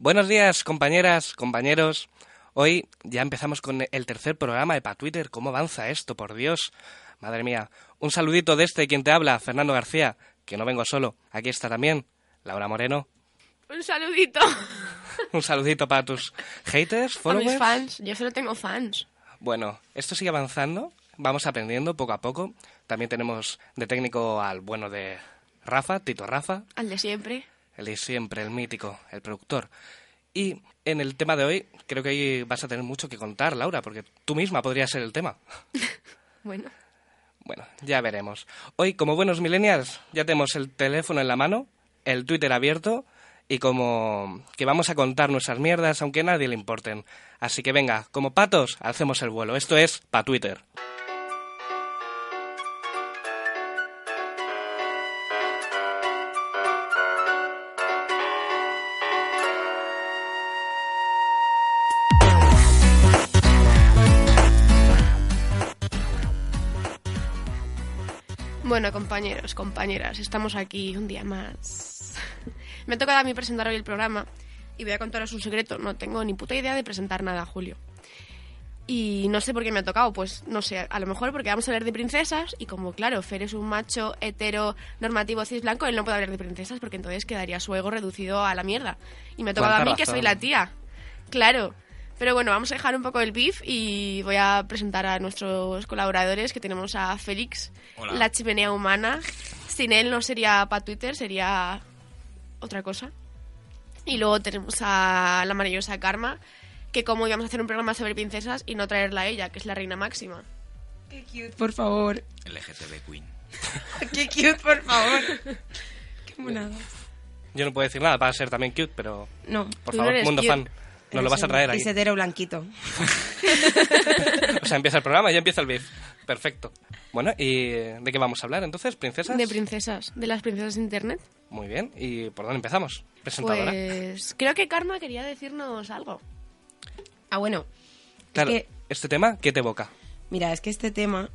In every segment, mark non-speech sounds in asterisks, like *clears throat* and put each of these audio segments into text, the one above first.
Buenos días, compañeras, compañeros. Hoy ya empezamos con el tercer programa de Pa Twitter. ¿Cómo avanza esto, por Dios? Madre mía. Un saludito de este quien te habla, Fernando García, que no vengo solo. Aquí está también Laura *laughs* Moreno. Un *laughs* saludito. Un saludito para tus haters, A mis followers. fans. Yo solo tengo fans. Bueno, esto sigue avanzando, vamos aprendiendo poco a poco. También tenemos de técnico al bueno de Rafa, Tito Rafa, Al de siempre. el de siempre, el mítico, el productor. Y en el tema de hoy, creo que hoy vas a tener mucho que contar, Laura, porque tú misma podrías ser el tema. *laughs* Bueno. Bueno, ya veremos. Hoy, como buenos millennials, ya tenemos el teléfono en la mano, el Twitter abierto y como que vamos a contar nuestras mierdas aunque a nadie le importen. Así que venga, como patos, alcemos el vuelo. Esto es Pa Twitter. Bueno, compañeros, compañeras, estamos aquí un día más. *laughs* Me ha tocado a mí presentar hoy el programa y voy a contaros un secreto. No tengo ni puta idea de presentar nada, Julio. Y no sé por qué me ha tocado, pues no sé, a lo mejor porque vamos a hablar de princesas y como claro, Fer es un macho hetero normativo cis blanco, él no puede hablar de princesas porque entonces quedaría su ego reducido a la mierda. Y me ha tocado a Cuánta mí que soy razón. la tía. Claro. Pero bueno, vamos a dejar un poco el beef y voy a presentar a nuestros colaboradores que tenemos a Félix, Hola. la chimenea humana. Sin él no sería para Twitter, sería otra cosa. Y luego tenemos a la maravillosa Karma, que como íbamos a hacer un programa sobre princesas y no traerla a ella, que es la reina máxima. Qué cute, por favor. LGTB Queen. *laughs* Qué cute, por favor. Qué monada. Yo no puedo decir nada, va a ser también cute, pero No. por Tú no favor, eres mundo cute. fan, nos lo vas a traer aquí. Es hetero blanquito. *laughs* O sea, empieza el programa y ya empieza el beef. Perfecto. Bueno, ¿y de qué vamos a hablar entonces, princesas? De princesas, de las princesas de internet. Muy bien, ¿y por dónde empezamos? Presentadora. Pues creo que Karma quería decirnos algo. Ah, bueno. claro, es que- este tema, ¿qué te evoca? Mira, es que este tema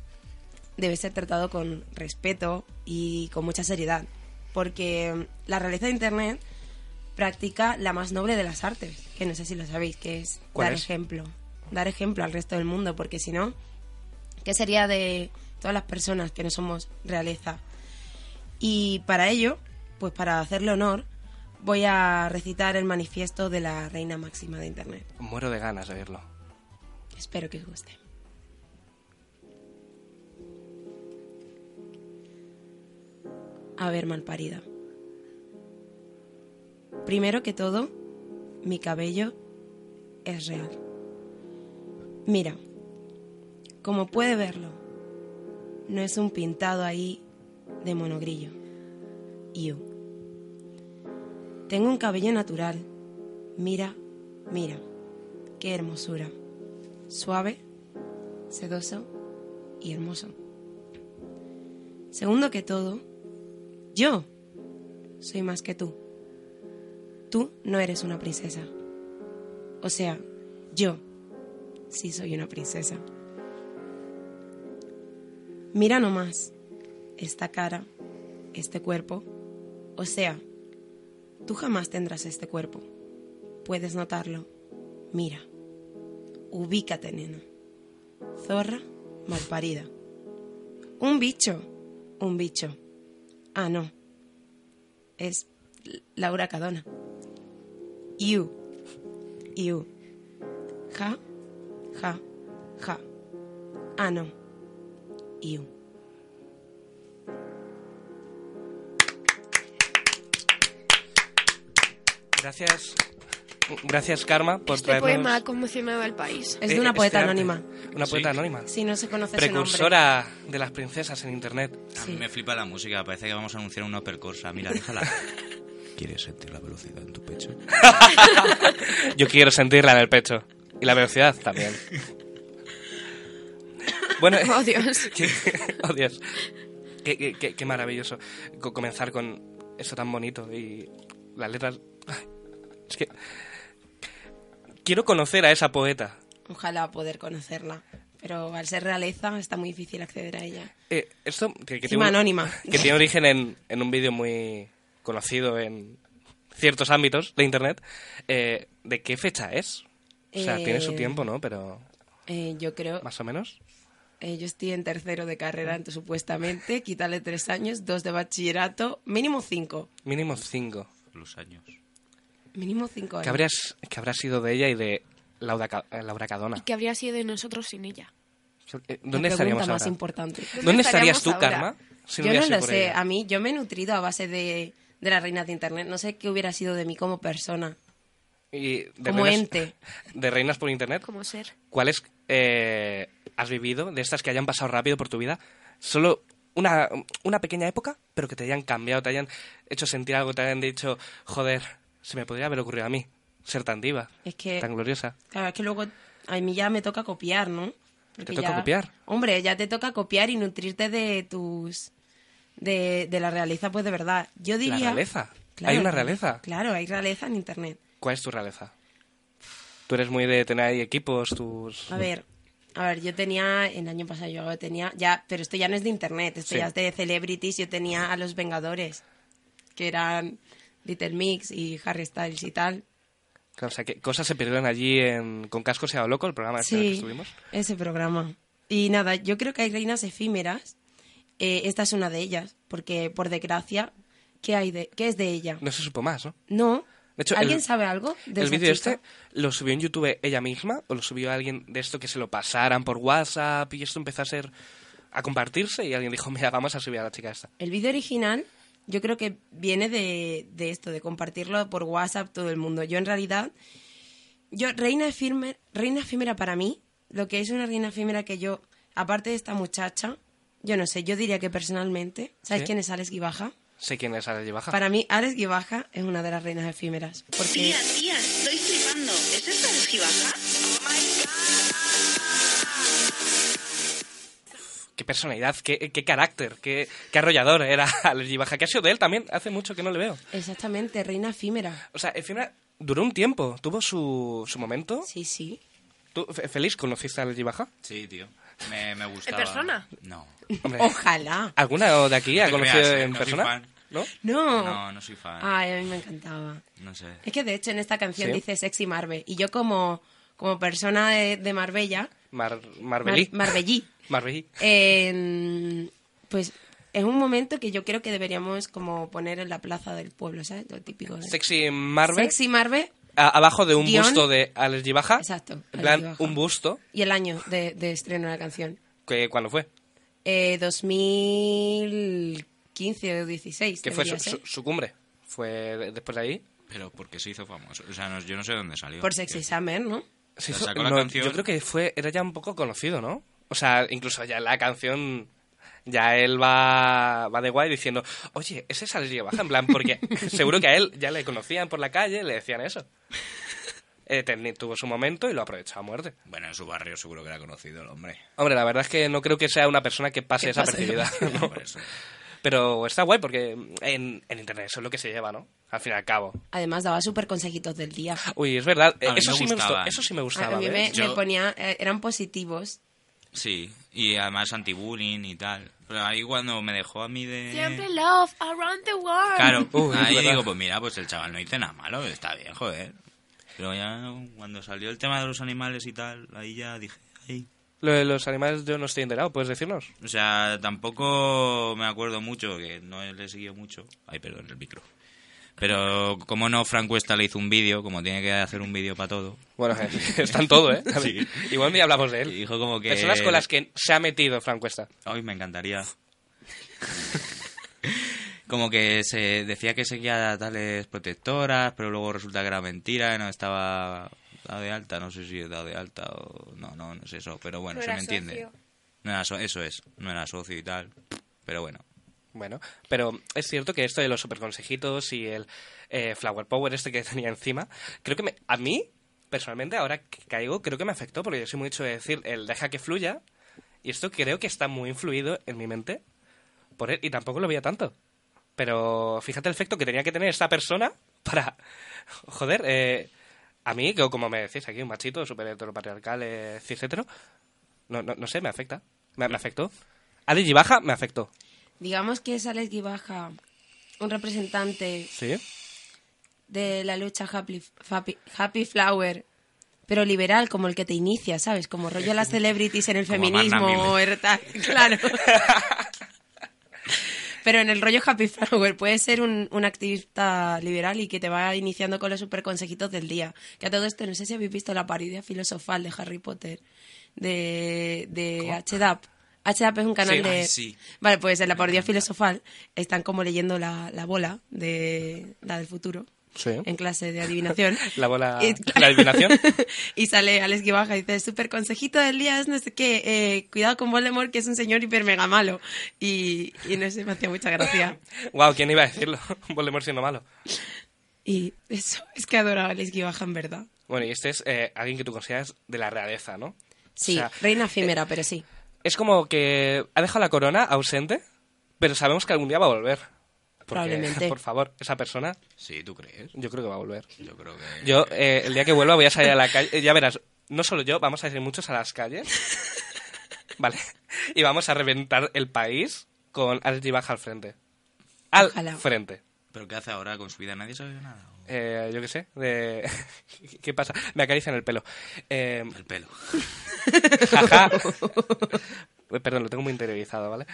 debe ser tratado con respeto y con mucha seriedad. Porque la realeza de Internet practica la más noble de las artes, que no sé si lo sabéis, que es ¿Cuál dar es? ejemplo. Dar ejemplo al resto del mundo, porque si no, ¿qué sería de todas las personas que no somos realeza? Y para ello, pues para hacerle honor, voy a recitar el manifiesto de la reina máxima de Internet. Muero de ganas de oírlo. Espero que os guste. A ver, malparida. Primero que todo, mi cabello es real. Mira, como puede verlo, no es un pintado ahí de monogrillo. Iu. Tengo un cabello natural. Mira, mira, qué hermosura suave, sedoso y hermoso. Segundo que todo, yo soy más que tú. Tú no eres una princesa. O sea, yo sí soy una princesa. Mira nomás esta cara, este cuerpo. O sea, tú jamás tendrás este cuerpo. Puedes notarlo. Mira. Ubícate, nena. Zorra malparida. Un bicho. Un bicho. Ah, no. Es L- Laura Cadona. Iu. Iu. Ja. Ja. Ja. Ah, no. Iu. Gracias, gracias Karma por Este Pues traernos... poema ha conmocionado al país. *laughs* Es eh, de una este poeta arte. anónima. Una Sí. poeta anónima. Si no se conoce ese nombre. Precursora de las princesas en internet. A mí me flipa la música, parece que vamos a *laughs* Ah, anunciar una percorsa. Mira, déjala. ¿Quieres sentir la velocidad en tu pecho? Yo quiero sentirla en el pecho. Y la velocidad *laughs* también. Bueno, Oh, Dios. *laughs* qué, oh, Dios. Qué, qué- qué- qué maravilloso co- comenzar con eso tan bonito y las letras... Es que... Quiero conocer a esa poeta. Ojalá poder conocerla. Pero al ser realeza está muy difícil acceder a ella. Eh, esto que, que Encima tiene, anónima. *laughs* que tiene origen en, en un vídeo muy conocido en ciertos ámbitos de internet. Eh, ¿De qué fecha es? O sea, tiene su Eh, tiempo, ¿no? Pero Eh, yo creo, más o menos. eh, yo estoy en tercero de Ah. carrera, entonces supuestamente, quítale tres años, dos de bachillerato, mínimo cinco. Mínimo cinco. Los años. Mínimo cinco años. Que, habrías, que habrá sido de ella y de Laura, Ca- eh, Laura ¿Y Cadona. qué habría sido de nosotros sin ella? Eh, La ¿Dónde pregunta estaríamos más ahora? importante. ¿Dónde ¿Dónde estarías estaríamos tú, ahora? Karma? si yo no hubiera sido lo por sé. ella? A mí, yo me he nutrido a base de, de las reinas de internet. No sé qué hubiera sido de mí como persona. Y de como reinas- ente. *laughs* De reinas por internet. Como ser. ¿Cuáles eh, has vivido de estas que hayan pasado rápido por tu vida? Solo una, una pequeña época, pero que te hayan cambiado, te hayan hecho sentir algo, te hayan dicho, joder, se me podría haber ocurrido a mí ser tan diva, Es que- tan gloriosa. Claro, es que luego a mí ya me toca copiar, ¿no? ¿Te toca copiar? Hombre, ya te toca copiar y nutrirte de tus... De, de la realeza, pues de verdad. Yo diría... realeza? ¿Hay una realeza? Claro, hay realeza en internet. ¿Cuál es tu realeza? Tú eres muy de tener ahí equipos, tus... A ver, a ver, yo tenía, el año pasado yo tenía, ya, pero esto ya no es de internet, esto Sí. ya es de celebrities, yo tenía a los Vengadores, que eran Little Mix y Harry Styles y tal. Claro, o sea, que cosas se perdieron allí en... con Casco Sea Loco, el programa este en el que estuvimos. ese programa. Y nada, yo creo que hay reinas efímeras, eh, esta es una de ellas, porque por desgracia, ¿qué, hay de, qué es de ella? No se supo más, ¿no? No. De hecho, ¿Alguien el- sabe algo de el esa vídeo chica? este lo subió en YouTube ella misma o lo subió alguien de esto que se lo pasaran por WhatsApp y esto empezó a ser a compartirse y alguien dijo, mira, vamos a subir a la chica esta. El vídeo original yo creo que viene de, de esto, de compartirlo por WhatsApp todo el mundo. Yo en realidad, yo reina efímera, reina efímera para mí, lo que es una reina efímera que yo, aparte de esta muchacha, yo no sé, yo diría que personalmente, ¿sabes Sí. quién es Alex Guibaja? Sé quién es Alex Baja. Para mí Alex Guibaja es una de las reinas efímeras, porque Eh, Tía, tía, estoy flipando. ¿Es esta de Gibaja? Qué personalidad, qué, qué carácter, qué, qué arrollador era *laughs* Alex Baja. Que ha sido de él también, hace mucho que no le veo. exactamente, reina efímera. O sea, efímera duró un tiempo, tuvo su, su momento. Sí, sí. ¿Tú, Fe- Feliz, conociste a Alex Baja? Sí, tío. Me, me gustaba. persona? No. Hombre, Oh. Ojalá. ¿Alguna de aquí No ha te conocido creas, eh, en no soy persona? fan. ¿No? No. No, no soy fan. Ay, a mí me encantaba. No sé. Es que de hecho en esta canción Sí. dice sexy Marve. Y yo como, como persona de, de Marbella, Mar Mar- Marbellí. Marbellí, Marbellí. eh, pues es un momento que yo creo que deberíamos como poner en la plaza del pueblo, ¿sabes? Lo típico. de- Sexy Marvel. Sexy Marve A- abajo de un Guión. busto de Alex Gibaja. Exacto, En Alex plan, Gibaja. un busto. y el año de, de estreno de la canción. Que, ¿Cuándo fue? Eh, 2015 o 16. Que fue su, debería su- ser. su cumbre. Fue de- después de ahí. Pero porque se hizo famoso. O sea, no- yo no sé de dónde salió. Por Sexy Summer, ¿no? Se *laughs* O sea, hizo- sacó la no, canción. yo creo que fue era ya un poco conocido, ¿no? O sea, incluso ya la canción. Ya él va, va de guay diciendo, oye, ese es Alex Gibaja, en plan, porque *laughs* seguro que a él ya le conocían por la calle, le decían *laughs* eso. Eh, ten- tuvo su momento y lo aprovechó a muerte. Bueno, en su barrio seguro que era conocido el *laughs* hombre. Hombre, la verdad es que no creo que sea una persona que pase Que pase desapercibida. *laughs* ¿no? *laughs* Por eso. Pero está guay porque en, en internet eso es lo que se lleva, ¿no? Al fin y al cabo. Además daba súper consejitos del día. Uy, es verdad. eh, A mí eso me sí me gustó. gustaban. Eso sí me A gustaba. ¿eh? mí me, ¿ves? Yo- me ponía, eh, eran positivos. Sí, y además anti-bullying y tal. Pero ahí cuando me dejó a mí Eh, de... Siempre love around the world. *laughs* Claro, Uy, es ahí verdad. digo, pues mira, pues el chaval no dice nada malo, está bien, joder. Pero ya cuando salió el tema de los animales y tal, ahí ya dije, ay. Lo de los animales yo no estoy enterado, ¿puedes decirnos? O sea, tampoco me acuerdo mucho, que no le siguió mucho. Ay, perdón, el micro. Pero como no, Frank Cuesta le hizo un vídeo, como tiene que hacer un vídeo para todo. *laughs* Bueno, está en todo, ¿eh? *laughs* Sí. Igual me hablamos de Y él. dijo como que... Personas con las que se ha metido Frank Cuesta. Ay, me encantaría. *laughs* Como que se decía que seguía a tales protectoras, pero luego resulta que era mentira, no estaba dado de alta, no sé si dado de alta o no, no, no es eso, pero bueno, No se era me entiende. socio. No era so- eso es, no era socio y tal, pero bueno. Bueno, pero es cierto que *laughs* esto de los superconsejitos y el eh, Flower Power este que tenía encima, creo que me- a mí personalmente ahora que caigo, creo que me afectó, porque yo soy mucho de decir el deja que fluya, y esto creo que está muy influido en mi mente por él, y tampoco lo veía tanto. Pero fíjate el efecto que tenía que tener esta persona *laughs* para, joder, eh, a mí, que como me decís aquí, un machito súper heteropatriarcal, eh, cis hetero, no, no, no sé, me afecta, me, me afectó. A Digi Baja me afectó, Digamos que es Alex Gibaja, un representante ¿sí? de la lucha happy, happy, happy Flower, pero liberal, como el que te inicia, ¿sabes? Como rollo las celebrities en el Como feminismo Amanda o er- tal, claro. pero en el rollo Happy Flower puedes ser un, un activista liberal y que te va iniciando con los super consejitos del día. Que a todo esto, no sé si habéis visto la parodia filosofal de Harry Potter de, de HDAP. HDAP es un canal Sí. de... Ay, sí. Vale, pues en la parodia filosofal están como leyendo la, la bola de la del futuro Sí. en clase de adivinación. *laughs* La bola- Y- la adivinación. *laughs* y sale Alex Gibaja y dice, súper consejito del día es no sé qué, eh, cuidado con Voldemort que es un señor hiper mega malo. Y, y no sé, me hacía mucha gracia. Wow, ¿quién iba a decirlo? *laughs* Voldemort siendo malo. Y eso, es que adoraba a Alex Gibaja en verdad. Bueno, y este es eh, alguien que tú consideras de la realeza, ¿no? Sí, O sea, eh, reina efímera, pero sí. Es como que ha dejado la corona ausente, pero sabemos que algún día va a volver. Porque, *laughs* Probablemente. Por favor, esa persona, Sí, ¿tú crees? yo creo que va a volver. Yo creo que... Yo, eh, el día que vuelva, voy a salir a la calle. eh, Ya verás, no solo yo, vamos a salir muchos a las *laughs* calles. ¿Vale? Y vamos a reventar el país con Alex Baja al frente. Al Ojalá. frente. ¿Pero qué hace ahora con su vida? ¿Nadie sabe nada? ¿O Eh, yo qué sé, de... *laughs* ¿qué pasa? Me acarician el pelo. Eh, El pelo. Jaja. *laughs* Uy, Perdón, lo tengo muy interiorizado, ¿vale?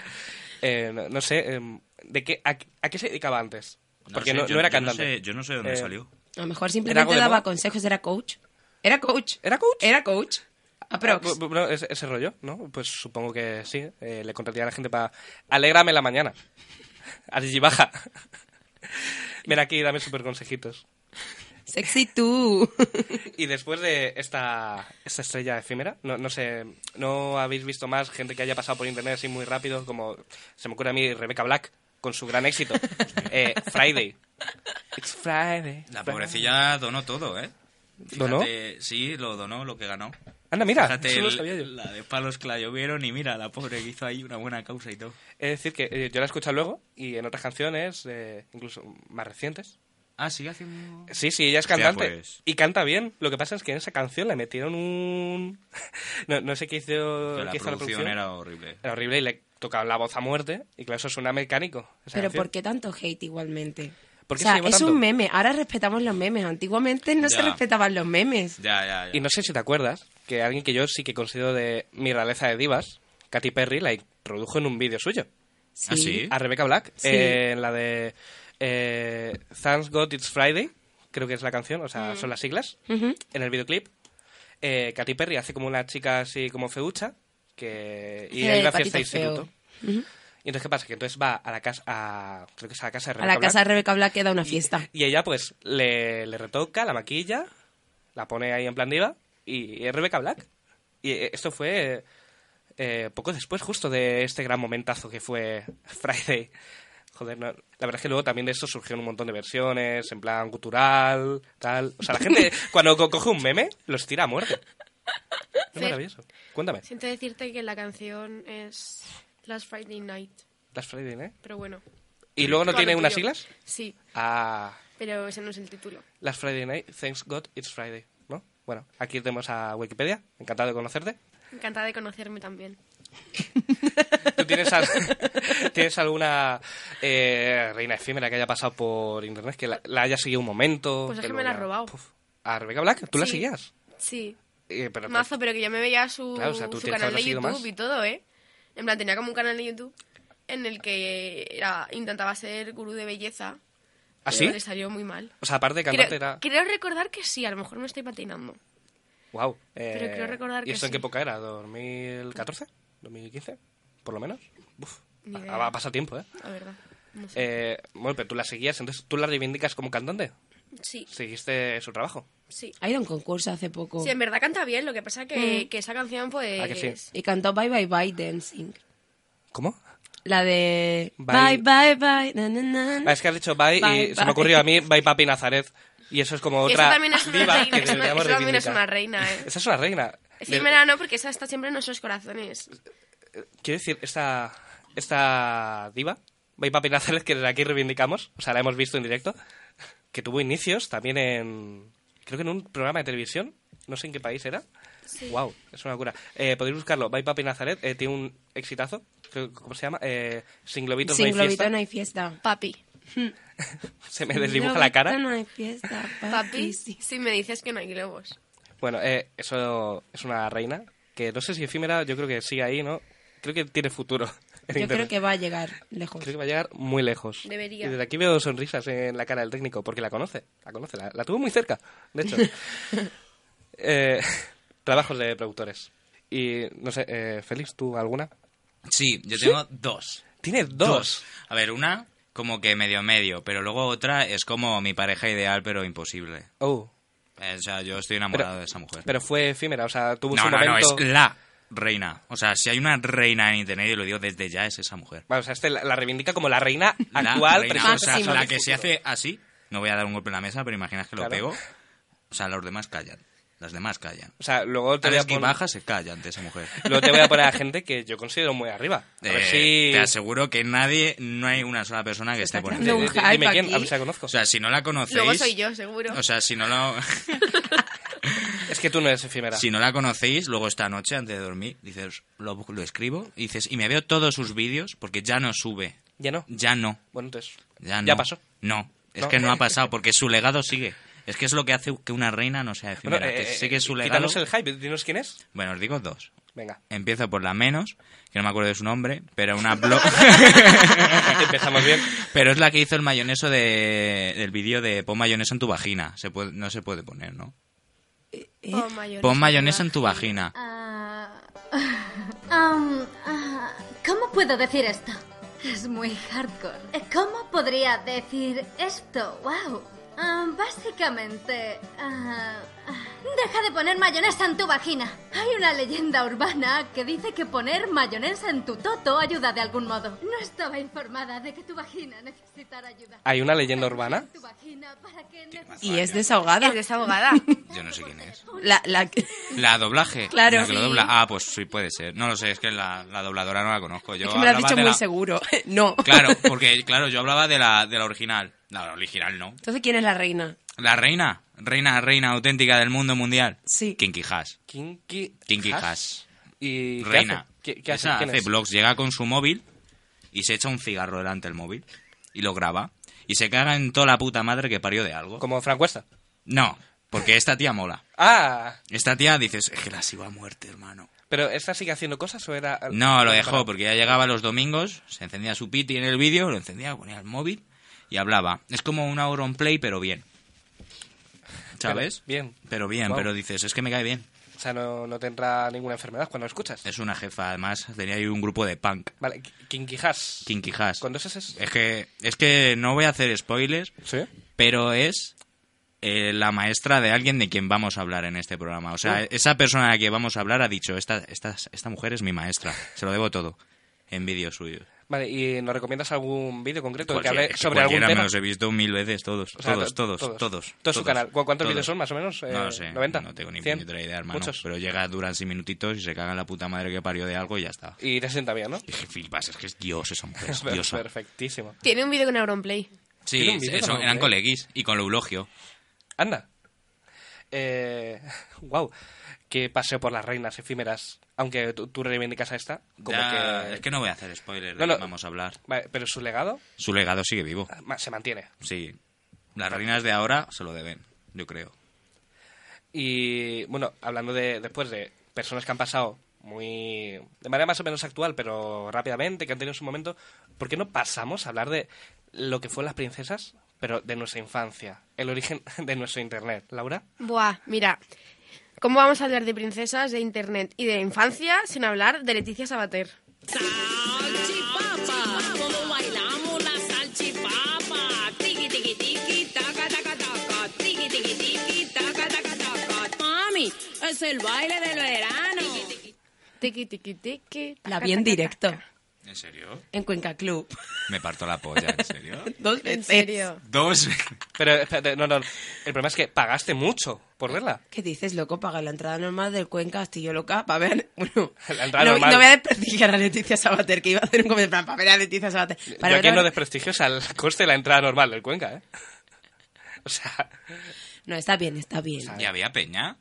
Eh, no, no sé, em, ¿de qué, a, a qué se dedicaba antes? No Porque sé, no, yo- no era yo no cantante. sé- yo no sé dónde Eh, salió. A lo mejor ¿Era algo simplemente de daba moda? consejos, era coach. Era coach. ¿Era coach? Ah, Era coach. Aprox. Bu- bu- bueno, ese, ese rollo, ¿no? Pues supongo que sí. eh, le contrataría a la gente para... Alégrame la mañana. *laughs* A Digibaja. Ven aquí y dame súper consejitos. Sexy tú. *laughs* Y después de esta, esta estrella efímera, no, no sé, ¿no habéis visto más gente que haya pasado por internet así muy rápido? Como se me ocurre a mí Rebecca Black, con su gran *laughs* éxito, eh, Friday. It's Friday. La pobrecilla donó todo, ¿eh? ¿Donó? Fíjate- Sí, lo donó, lo que ganó. Anda, mira, Fíjate eso no lo el- sabía yo. la de palos que la llovieron y mira, la pobre que hizo ahí una buena causa y todo. Es decir, que eh, yo la he escuchado luego y en otras canciones, eh, incluso más recientes. Ah, sigue haciendo... Sí, sí, ella es Hostia, cantante pues. y canta bien. Lo que pasa es que en esa canción le metieron un... *laughs* No, no sé qué hizo, Que qué la hizo la producción producción. Eh, era horrible. Era horrible y le tocaban la voz a muerte y claro, eso suena mecánico. esa Pero canción. ¿por qué tanto hate igualmente? ¿Por qué o sea, se llevó es tanto? un meme. Ahora respetamos los memes. Antiguamente no se Ya. respetaban los memes. Ya, ya, ya. Y no sé si te acuerdas que alguien que yo sí que considero de mi realeza de divas, Katy Perry, la introdujo en un vídeo suyo. ¿Ah, sí? A Rebecca Black, Sí. eh, en la de eh, Thanks God It's Friday, creo que es la canción, o sea, son las siglas, Mm. Ujú. en el videoclip. Eh, Katy Perry hace como una chica así como feucha, que... y Eh, hay una fiesta patito de feo. instituto. Y entonces, ¿qué pasa? Que entonces va a la casa, a, creo que es a la casa de A Rebecca la casa de Black, Rebeca Black queda una fiesta. *laughs* y ella pues le, le retoca, la maquilla, la pone ahí en plan diva y es Rebecca Black. Y eh, esto fue eh, poco después justo de este gran momentazo que fue *laughs* Friday. Joder, no, la verdad es que luego también de esto surgieron un montón de versiones, en plan cultural, tal. O sea, la gente cuando co- coge un meme los tira a muerte. Es Fer. maravilloso. Cuéntame. Siento decirte que la canción es Last Friday Night, Las Friday, ¿eh? pero bueno. ¿Y luego no Todo lo tiene unas tuyo. siglas? Sí, Ah, pero ese no es el título. Last Friday Night, Thanks God It's Friday, ¿no? Bueno, aquí tenemos a Wikipedia, encantado de conocerte. Encantada de conocerme también. ¿Tú tienes, al- *laughs* tienes alguna eh, reina efímera que haya pasado por internet, que la, la haya seguido un momento? Pues es que luego me la ya- has robado. Puf. ¿A Rebeca Black? ¿Tú la Sí. seguías? Sí, Eh, pero tú- mazo, pero que yo me veía su, Claro, o sea, tú su tienes que canal de haber YouTube seguido más. y todo, ¿eh? En plan, tenía como un canal de YouTube en el que era- intentaba ser gurú de belleza. ¿Ah, pero sí? Le salió muy mal. O sea, aparte de Creo, cantante era... creo recordar que sí, a lo mejor me estoy patinando. Wow. Pero creo recordar eh, ¿Y que esto en sí. qué época era? ¿2014? ¿2015? ¿Por lo menos? Uf. Ni ha- idea. Ha pasado tiempo, ¿eh? La verdad. No sé. Eh, Bueno, pero tú la seguías, entonces tú la reivindicas como cantante. sí, Seguiste su trabajo. sí. Ha ido a un concurso hace poco. Sí, en verdad canta bien, lo que pasa que, Mm. que esa canción, pues. Ah, ¿A que sí? Y cantó Bye Bye Bye Dancing. ¿Cómo? La de Bye. Bye Bye Bye. na, na, na, na. Ah, es que has dicho bye, y Bye, se bye. me ocurrió a mí bye papi Nazaret. Y eso es como Esa otra también es una diva reina, que esa no- deberíamos esa también es reivindicar. una reina, ¿eh? Esa es una reina. Sí, De- mira, no, porque esa está siempre en nuestros corazones. Quiero decir, esta, esta diva, Bay Papi Nazaret, que desde aquí reivindicamos, o sea, la hemos visto en directo, que tuvo inicios también en. Creo que en un programa de televisión, no sé en qué país era. ¡Wow! Es una locura. Eh, Podéis buscarlo, Bay Papi Nazaret, eh, tiene un exitazo, creo- ¿cómo se llama? Eh, sin globitos no hay Sin globito fiesta. no *laughs* hay fiesta. Papi, Se me desdibuja la cara. No hay fiesta, papi, si me dices que no hay globos. Bueno, eh, eso es una reina, que no sé si efímera, yo creo que sigue ahí, ¿no? Creo que tiene futuro. *laughs* en Yo creo Internet. que va a llegar lejos. Creo que va a llegar muy lejos. Debería. Y desde aquí veo sonrisas en la cara del técnico, porque la conoce, la conoce, la, la tuvo muy cerca, de *laughs* hecho. Eh, trabajos de productores. Y, no sé, eh, Félix, ¿tú alguna? Sí, yo tengo dos. Tienes dos. A ver, una como que medio medio, pero luego otra es como mi pareja ideal pero imposible. Oh, Eh, o sea, yo estoy pero, enamorado de esa mujer. pero fue efímera, o sea, tuvo no, su no, momento... no, es la reina. O sea, si hay una reina en internet, y lo digo desde ya, es esa mujer. Bueno, o sea, este la, la reivindica como la reina La actual, reina, presente, o sea, pasado la y que se futuro. hace así, no voy a dar un golpe en la mesa, pero imaginas que lo Claro. pego. O sea, los demás callan. Las demás callan. O sea, luego te voy a Alex que poner... baja se calla ante esa *laughs* mujer. Luego te voy a poner a gente que yo considero muy arriba. A ver *laughs* Eh, si... Te aseguro que nadie, no hay una sola persona que esté por creando encima. un Dime hype quién, a ver aquí. si la conozco. O sea, si no la conocéis... Luego soy yo, seguro. O sea, si no la... es que tú no eres efímera. *laughs* Si no la conocéis, luego esta noche, antes de dormir, dices, lo, bu- lo escribo, y dices, y me veo todos sus vídeos, porque ya no sube. Ya no. Ya no. Bueno, entonces... Ya no. Ya pasó. No. Es No. eh, que no ha pasado, porque su legado sigue. Es que es lo que hace que una reina no sea efímera. Bueno, que eh, sigue su legado. quítanos el hype, dinos quién es. Bueno, os digo dos. Venga, Empiezo por la menos, que no me acuerdo de su nombre, pero una *laughs* blog. empezamos bien. *laughs* pero es la que hizo el mayoneso de, del vídeo de pon mayonesa en tu vagina. Se puede, no se puede poner, ¿no? Pon mayonesa. Pon mayonesa en tu vagina. Ah, *laughs* am, ah, ¿Cómo puedo decir esto? Es muy hardcore. ¿Cómo podría decir esto? ¡Wow! Ah, básicamente... ah, ah, deja de poner mayonesa en tu vagina. Hay una leyenda urbana que dice que poner mayonesa en tu toto ayuda de algún modo. No estaba informada de que tu vagina necesitara ayuda. ¿Hay una leyenda urbana? Tu vagina para que necesite- Y es desahogada. Es desahogada. Yo no sé quién es. *laughs* La, la... La doblaje. Claro. La que lo Sí. dobla. Ah, pues sí, puede ser. No lo sé, es que la, la dobladora no la conozco. *laughs* Yo es que me lo has hablaba dicho de muy la- seguro. *laughs* No. Claro, porque claro, yo hablaba de la, de la original. No, la original no. Entonces, ¿quién es la reina? La reina, reina, reina auténtica del mundo mundial. Sí. Kinky Haas. Kinky, Kinky Hass. Haas. ¿Y qué Reina. hace? ¿Qué, qué hace? Esa ¿Quién hace es? blogs, llega con su móvil y se echa un cigarro delante del móvil y lo graba. Y se caga en toda la puta madre que parió de algo. Como Frank Cuesta. No, porque esta tía mola. Ah, Esta tía dices, es que la sigo a muerte, hermano. pero ¿esta sigue haciendo cosas o era...? No, lo dejó porque ya llegaba los domingos, se encendía su piti en el vídeo, lo encendía, ponía el móvil y hablaba. Es como una play pero bien. ¿Sabes? Pero bien. Pero bien, Guau. pero dices, es que me cae bien. O sea, no, no tendrá ninguna enfermedad cuando lo escuchas. Es una jefa, además, tenía ahí un grupo de punk, Vale, Kinky Hass. Kinky Eh, Hass. ¿Con dos es? Es que, es que no voy a hacer spoilers, ¿Sí? pero es eh, la maestra de alguien de quien vamos a hablar en este programa. O Uh. sea, esa persona de la que vamos a hablar ha dicho, esta, esta, esta mujer es mi maestra, se lo debo todo, en vídeos suyos. Vale, ¿y nos recomiendas algún vídeo concreto que Cualquier- hable es que sobre algún cualquiera tema? me los he visto mil veces, todos, O sea, todos, to- todos, todos. todos, todos. Todo su canal. ¿Cu- cuántos todos. vídeos son, más o menos? Eh, no lo sé, 90, no tengo ni 100, puñetera idea, hermano. muchos. Pero llega, duran seis minutitos y se caga en la puta madre que parió de algo y ya está. Y te sienta bien, ¿no? Es que flipas, es que es dios esa mujer, *laughs* es Per- diosa. Perfectísimo. Tiene un vídeo con Auronplay. Sí, Tiene un vídeo eso, con eran Auronplay. coleguis y con Eulogio. Anda. Eh, *laughs* wow, qué paseo por las reinas efímeras. Aunque tú, tú reivindicas a esta. Como Ya, que... Es que no voy a hacer spoilers No, no. de lo que vamos a hablar. Vale, pero su legado Su legado sigue vivo, ma- se mantiene. sí. Las reinas de ahora se lo deben, yo creo. Y bueno, hablando de después de personas que han pasado muy de manera más o menos actual, pero rápidamente, que han tenido su momento, ¿por qué no pasamos a hablar de lo que fueron las princesas, pero de nuestra infancia, el origen *laughs* de nuestro internet? Laura, Buah, mira. ¿Cómo vamos a hablar de princesas, de internet y de infancia sin hablar de Leticia Sabater? Mami, es el baile del verano. Tiki, tiki, tiki. La taca, vi en taca, directo. taca. ¿En serio? en Cuenca Club. Me parto la polla, ¿en serio? *laughs* Dos veces. ¿En serio? *laughs* Dos. Pero espérate, no, no. El problema es que pagaste mucho por verla. ¿Qué dices, loco? Paga la entrada normal del Cuenca Castillo Loca para ver... *laughs* Bueno, La entrada no, normal. no voy a desprestigiar a Leticia Sabater, que iba a hacer un comentario para ver a Leticia Sabater. Para Yo ver aquí a- no desprestigio es al *laughs* coste de la entrada normal del Cuenca, ¿eh? *laughs* O sea, No, está bien, está bien. ¿Y había peña?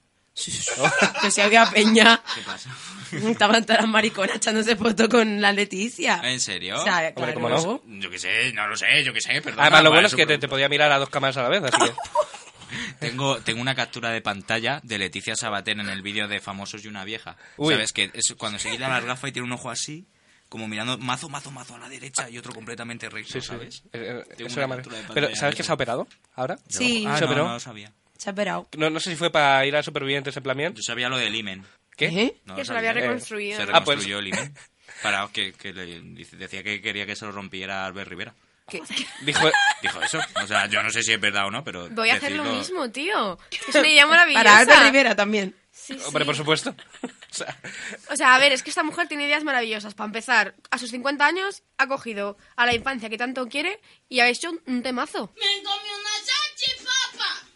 Que si había peña, *laughs* ¿Qué pasa? estaban todas las mariconas echándose foto con la Leticia. ¿En serio? O sea, Hombre, claro. ¿cómo no? Yo qué sé, no lo sé, yo qué sé, perdón. además lo bueno es que te, te podía mirar a dos cámaras a la vez, así que... *laughs* Tengo, tengo una captura de pantalla de Leticia Sabater en el vídeo de Famosos y una vieja. Uy. ¿Sabes? Que es cuando se quita las gafas y tiene un ojo así, como mirando mazo, mazo, mazo a la derecha y otro completamente recto, Sí, sí. ¿sabes? Eh, eh, Tengo eso una era mar- captura de pantalla Pero ¿sabes que se ha operado ahora? Sí. Ah, Se no, operó. no lo sabía. Se ha esperado. No, no sé si fue para ir a Supervivientes en plan bien. Yo sabía lo del imen. ¿Qué? ¿Eh? No Que lo se lo había sabía. reconstruido. Se Ah, pues. reconstruyó el imen. Para que, que le dice- decía que quería que se lo rompiera Albert Rivera. ¿Qué? Dijo... *laughs* Dijo eso. O sea, yo no sé si es verdad o no, pero. Voy a hacer lo decirlo- mismo, tío. Es una *laughs* idea maravillosa. Para Alba Rivera también. Sí, sí. Hombre, por supuesto. *laughs* O sea, O sea, a ver, es que esta mujer tiene ideas maravillosas. Para empezar, a sus 50 años ha cogido a la infancia que tanto quiere y ha hecho un- un temazo. Me comí una salchipapa.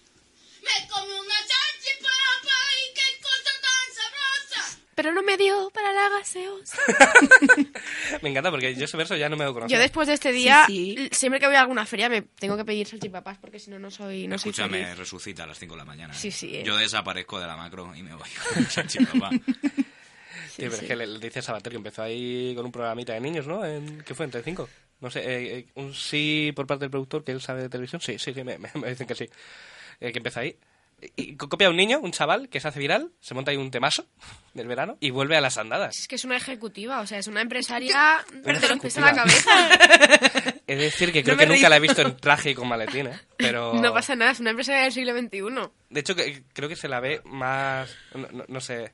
Me comí una salchipapa y qué cosa tan sabrosa. Pero no me dio para la *laughs* gaseosa. me encanta porque yo ese verso ya no me lo conozco. Yo después de este día, sí. l- siempre que voy a alguna feria me tengo que pedir salchipapas porque si no, no soy, no soy Escúchame, feliz. resucita a las 5 de la mañana. ¿eh? Sí, sí, eh. Yo desaparezco de la macro y me voy *laughs* con salchipapa. Sí, pero es que le, le dice a Sabater que empezó ahí con un programita de niños, ¿no? En, ¿Qué fue? ¿En Telecinco? No sé, eh, eh, un sí por parte del productor que él sabe de televisión. Sí, sí, sí, me, me- me dicen que sí. Eh, que empezó ahí. Y co- copia a un niño, un chaval, que se hace viral, se monta ahí un temazo del verano y vuelve a las andadas. Es que es una ejecutiva, o sea, es una empresaria, pero te lo pesa la ejecutiva. cabeza. *laughs* Es decir, *laughs* que creo me que nunca reí. la he visto en traje y con maletín, ¿eh? Pero... No pasa nada, es una empresaria del siglo XXI. De hecho, que, creo que se la ve más... No, no- no sé...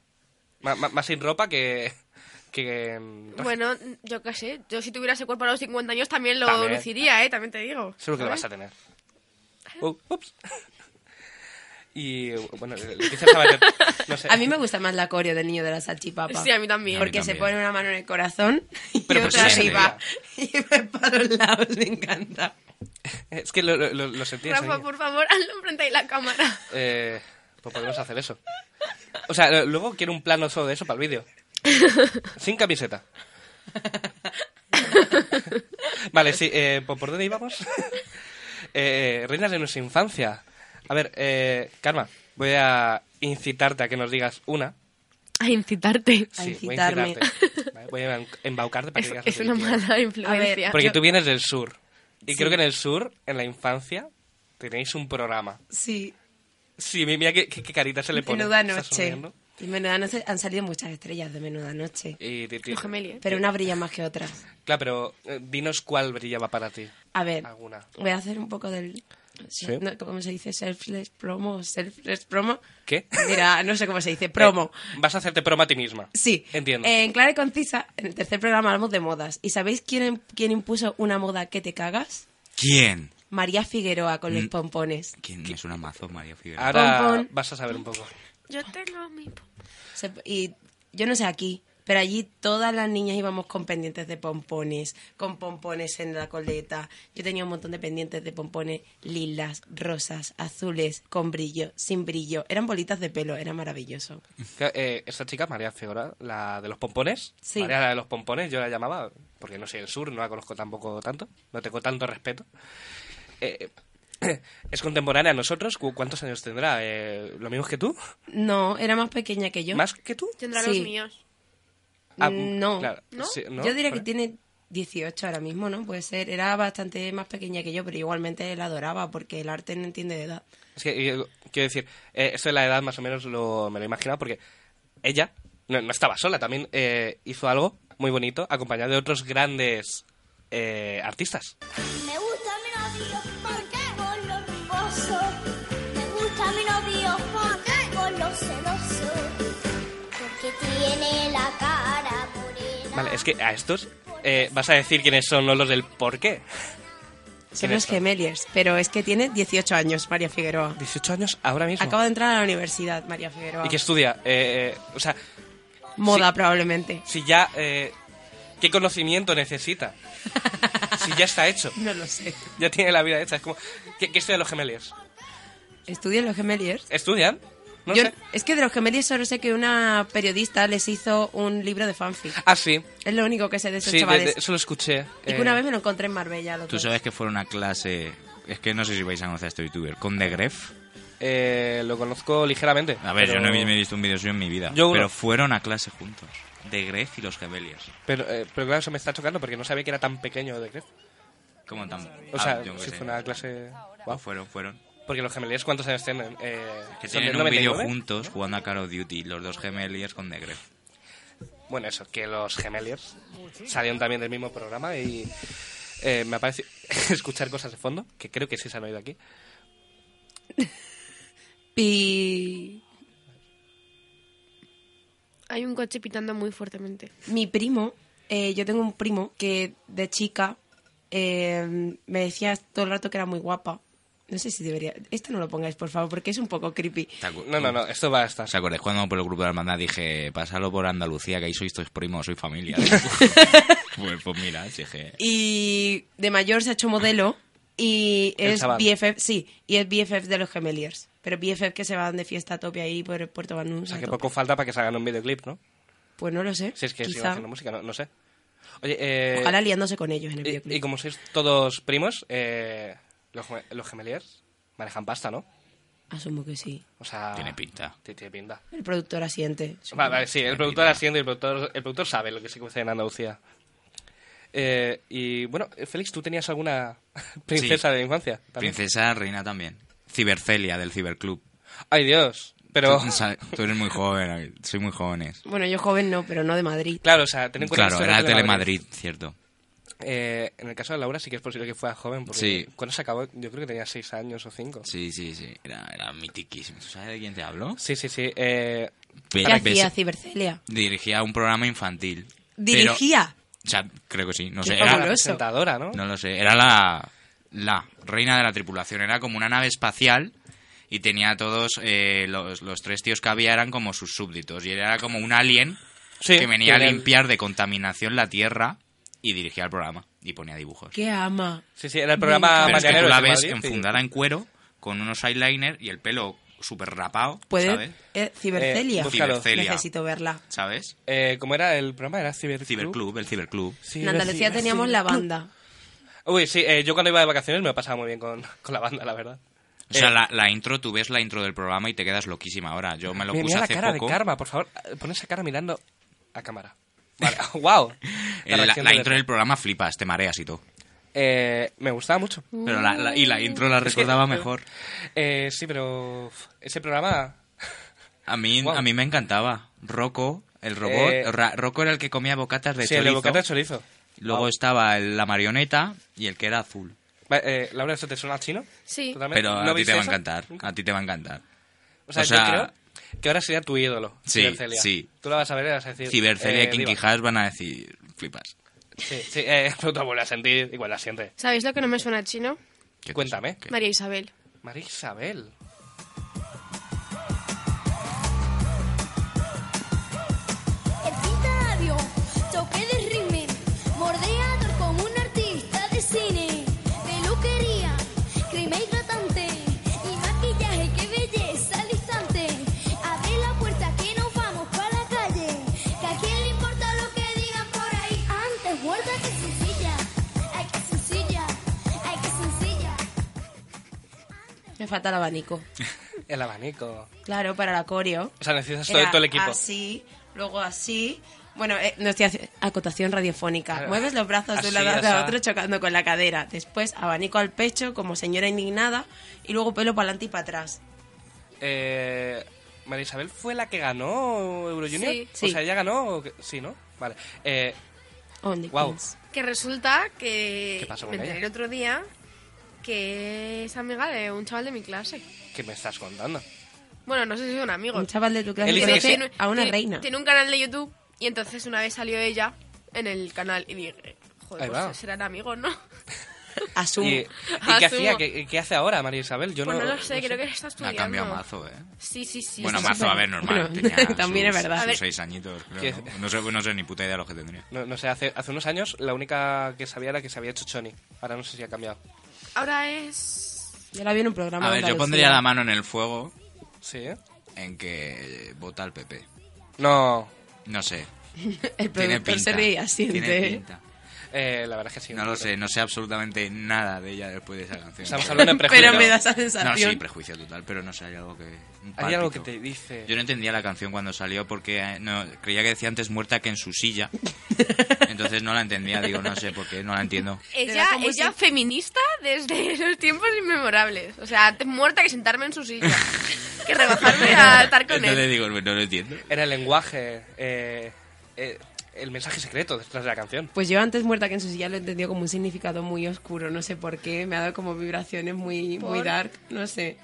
Más, más- más sin ropa que... que mm, en traje. Bueno, yo qué sé, yo si tuviera ese cuerpo a los 50 años también lo También. luciría, ¿eh? También te digo. Seguro que lo vas a tener. Uh, ups. *laughs* Y bueno, Leticia Sabater, no sé. A mí me gusta más la coreo del niño de la salchipapa. Sí, a mí también. A mí Porque se también. pone una mano en el corazón y Pero otra pues sí, arriba. *laughs* Y me para los lados, me encanta. *laughs* Es que lo, lo, lo sentí Rafa, enseguida. por favor, *laughs* hazlo enfrente de la cámara. Eh, pues podemos hacer eso. O sea, lo- luego quiero un plano solo de eso para el vídeo. Sin camiseta. Vale, sí, eh, ¿por por dónde íbamos? *laughs* Eh, reinas de nuestra infancia. A ver, eh, Karma, voy a incitarte a que nos digas una. A incitarte. A voy incitarme. incitarte. Vale, voy a embaucarte para Es, que digas es lo que una quieras. mala influencia. Porque Yo- tú vienes del sur. Y Sí. creo que en el sur, en la infancia, tenéis un programa. Sí, Sí, mi- mira qué, qué- qué carita se le pone. menuda Está noche. sonriendo. Y menuda noche han salido muchas estrellas de menuda noche. Y ti- ti- Los gemelios. Pero una brilla más que otras. Claro, pero eh, dinos cuál brillaba para ti. A ver, Alguna. voy a hacer un poco del... Sí. no, ¿Cómo se dice? Selfless promo. Selfless promo. ¿Qué? Mira, no sé cómo se dice. Promo. Eh, vas a hacerte promo a ti misma. Sí. Entiendo. Eh, en Clara y Concisa, en el tercer programa hablamos de modas. ¿Y sabéis quién, quién impuso una moda que te cagas? ¿Quién? María Figueroa con los Mm. pompones. ¿Quién es una mazo, María Figueroa? Ahora pon, pon. vas a saber un poco. Yo tengo mi... Se- y yo no sé aquí, pero allí todas las niñas íbamos con pendientes de pompones, con pompones en la coleta. Yo tenía un montón de pendientes de pompones lilas, rosas, azules, con brillo, sin brillo. Eran bolitas de pelo, era maravilloso. Claro, eh, esta chica, María Figueroa, la de los pompones. Sí. María la de los pompones, yo la llamaba, porque no soy el sur, no la conozco tampoco tanto, no tengo tanto respeto. Eh, *coughs* es contemporánea a nosotros, ¿cu- ¿cuántos años tendrá? Eh, ¿Lo mismo que tú? No, era más pequeña que yo. ¿Más que tú? Tendrá Sí. los míos. Ah, no. claro, ¿No? sí, ¿no? Yo diría que Vale. tiene 18 ahora mismo, ¿no? Puede ser. Era bastante más pequeña que yo, pero igualmente la adoraba porque el arte no entiende de edad. Es que, eh, quiero decir, eh, esto de la edad más o menos lo, me lo he imaginado porque ella no, no estaba sola, también eh, hizo algo muy bonito acompañada de otros grandes eh, artistas. Me gusta mi novio porque es goloso. Me gusta mi novio porque es goloso. Porque tiene la cara morena. Vale, es que a estos eh, vas a decir quiénes son, no los del por qué. Son ¿Quién los es esta? gemeliers, pero es que tiene 18 años María Figueroa. 18 años ahora mismo. Acaba de entrar a la universidad María Figueroa. Y que estudia. eh, eh, o sea, Moda probablemente. si ya eh, ¿Qué conocimiento *laughs* necesita? Si ya está hecho. No lo sé. Ya tiene la vida hecha. Es como, ¿qué, qué estudian los gemeliers? ¿Estudian los gemeliers? ¿Estudian? No Yo- sé. Es que de los gemeliers solo sé que una periodista les hizo un libro de fanfic. Ah, sí. Es lo único que sé de esos Sí, de- chavales. de- eso lo escuché. Y eh, que una vez me lo encontré en Marbella. los Tú dos. sabes que fue una clase... Es que no sé si vais a conocer a este youtuber. Conde Gref. eh, lo conozco ligeramente. A ver, pero- yo no he- me he visto un vídeo suyo en mi vida. Yo uno. pero fueron a clase juntos. De Gref y los Gemeliers. Pero, eh, pero claro, eso me está chocando porque no sabía que era tan pequeño de Gref. ¿Cómo tan...? O Ah, sea, yo qué si sé. fue una clase... Ah, Guau. Fueron, fueron. Porque los gemeliers, ¿cuántos años tienen? Eh, Que ¿son del tienen un vídeo 99? juntos jugando a Call of Duty. Los dos Gemeliers con De Gref. Bueno, eso, que los gemeliers salieron también del mismo programa y eh, me aparece *laughs* escuchar cosas de fondo, que creo que sí se han oído aquí. Pi- Hay un coche pitando muy fuertemente. Mi primo, eh, yo tengo un primo que de chica eh, me decía todo el rato que era muy guapa. No sé si debería. Esto no lo pongáis, por favor, porque es un poco creepy. ¿Te acu- No, no, no, esto va a estar. ¿Os acordáis cuando por el grupo de la hermandad dije, pásalo por Andalucía, que ahí sois tus primos, *laughs* soy familia? *laughs* pues, pues mira, dije... Y de mayor se ha hecho modelo y El es chaval. BFF, sí, y es BFF de los gemeliers. Pero BFF que se van de fiesta a tope ahí por Puerto Banús. O sea, a que tope. poco falta para que salgan un videoclip, ¿no? Pues no lo sé. Si es que siguen quizá. haciendo música, no, no sé. Oye, eh, Ojalá liándose con ellos en el y, videoclip. y como sois todos primos, eh, los, geme- los gemeliers manejan pasta, ¿no? Asumo que sí. O sea... Tiene pinta. ti- Tiene pinta. El productor asiente. Vale, vale, sí, el productor haciendo y el productor, el productor sabe lo que se cuece en Andalucía. Eh, y bueno, eh, Félix, ¿tú tenías alguna *laughs* princesa Sí. de la infancia? también? Princesa Reina también. Cibercelia del Ciberclub. Ay, Dios. Pero, Tú, sa- tú eres muy joven, soy muy jóvenes. Bueno, yo joven no, pero no de Madrid. *laughs* claro, o sea, ten en cuenta Claro, que esto era de Telemadrid, cierto. Eh, en el caso de Laura sí que es posible que fuera joven, porque Sí. cuando se acabó, yo creo que tenía seis años o cinco. Sí, sí, sí. Era, era mitiquísimo. ¿Tú sabes de quién te hablo? Sí, sí, sí. eh, ¿Qué Ve- ves- hacía Cibercelia? dirigía un programa infantil. pero- ¿Dirigía? o sea, creo que sí. No Qué sé. era Era, la fabuloso. presentadora, ¿no? No lo sé, era la, la reina de la tripulación, era como una nave espacial y tenía a todos, eh, los, los tres tíos que había eran como sus súbditos y era como un alien Sí, que venía a tenía el- limpiar de contaminación la Tierra y dirigía el programa y ponía dibujos. ¿Qué ama? Sí, sí, era el programa Pero es que mañanero. tú la de ves Madrid, sí. enfundada en cuero con unos eyeliner y el pelo súper rapado, ¿Puede? ¿sabes? Eh, Cibercelia. Eh, búscalo. Cibercelia. Necesito verla. ¿Sabes? Eh, ¿Cómo era el programa? Era Ciberclub. Ciberclub, el Ciberclub. Sí, En era Andalucía Ciber- teníamos la banda. Uy, sí, eh, yo cuando iba de vacaciones me lo pasaba muy bien con, *laughs* con la banda, la verdad. O sea, Eh, la, la intro, tú ves la intro del programa y te quedas loquísima ahora. Yo me lo Mira, puse mira la hace cara poco. de Karma, por favor. eh, Pon esa cara mirando a cámara. Vale, *laughs* wow. *laughs* El- Eh, La, la intro del programa flipas, te mareas y todo. Eh, me gustaba mucho. Pero la, la- y Mm. la *laughs* intro la recordaba mejor. Eh, sí, pero uf, ese programa... A mí, Guau. a mí me encantaba. Rocco, el robot. Eh, Ra- Rocco era el que comía bocatas de sí, el chorizo. de bocata de chorizo. Luego Wow. estaba el- la marioneta y el que era azul. Va, eh, Laura, ¿esto te suena chino? Sí. Totalmente. Pero ¿No a ti viste te va a eso? encantar. A ti te va a encantar. O sea, O sea- yo creo que ahora sería tu ídolo, Sí, Cibercelia. sí. Tú la vas a ver y vas a decir... Cibercelia eh, y Kinky diva. Hash van a decir flipas. Sí, sí, eh, *laughs* tú te vuelves a sentir, igual la sientes. ¿Sabéis lo que no me suena chino? ¿Qué Cuéntame. cosa? ¿Qué? María Isabel. María Isabel. El pintalabio, toque de rímel, mordeador como un artista de cine, peluquería, crema hidratante y maquillaje, qué belleza al instante. Abre la puerta que nos vamos para la calle, que a quién le importa lo que digan por ahí. Antes, guarda que sencilla, ay que sencilla, ay que sencilla. Me falta el abanico. El abanico. Claro, para la coreo. O sea, necesitas todo, Era todo el equipo. Así, luego así. Bueno, eh, no estoy haci- acotación radiofónica. Claro. Mueves los brazos de un Así, lado o sea. a otro chocando con la cadera. Después abanico al pecho como señora indignada y luego pelo para adelante y para atrás. Eh, María Isabel fue la que ganó Euro Junior. Sí. O Sí. sea, ella ganó. o que- Sí, ¿no? Vale. Eh, Only Guau. Queens. Que resulta que ¿Qué pasó con me enteré ella? el otro día que es amiga de un chaval de mi clase. ¿Qué me estás contando? Bueno, no sé si es un amigo. Un chaval de tu clase Él Pero dice conoce que tiene- a una tiene- reina. Tiene un canal de YouTube y entonces una vez salió ella en el canal y dije, Ahí joder, va. pues serán amigos, ¿no? Asumo. ¿Y, y qué Asumo. hacía? ¿Qué, qué hace ahora María Isabel? Yo Pues no no, lo sé, creo que está La ha estudiando. cambiado mazo, ¿eh? Sí, sí, sí. bueno, sí, mazo, sí. a ver, normal. Bueno, *laughs* tenía también es sus- verdad. sus A ver. seis añitos, *laughs* creo, ¿Qué? ¿no? No sé, no sé ni puta idea lo que tendría. No, no sé, hace, hace unos años la única que sabía era que se había hecho Choni. Ahora no sé si ha cambiado. Ahora es... Yo la vi en un programa. A de ver, yo Andalucía. pondría la mano en el fuego ¿Sí? ¿eh? en que vota al PP. No, No sé. *laughs* El Tiene productor pinta. se ríe y asiente. Tiene pinta. eh, la verdad es que sí. No lo sé, no sé absolutamente nada de ella después de esa canción. Estamos *laughs* hablando de prejuicio. Pero me da esa No, sensación. sí, prejuicio total, pero no sé, hay algo que... un Hay algo que pálpito. te dice... Yo no entendía la canción cuando salió porque eh, no, creía que decía antes muerta que en *laughs* su silla. Entonces no la entendía, digo, no sé por qué, no la entiendo. Ella, como ella feminista desde *laughs* los tiempos inmemorables. O sea, antes muerta que sentarme en su silla. que rebajarme a *laughs* estar con Entonces él. digo, no lo entiendo. Era el lenguaje, eh, eh, el mensaje secreto detrás de la canción. Pues yo antes muerta que en su silla lo he entendido como un significado muy oscuro, no sé por qué, me ha dado como vibraciones muy, muy ¿Por? dark, no sé,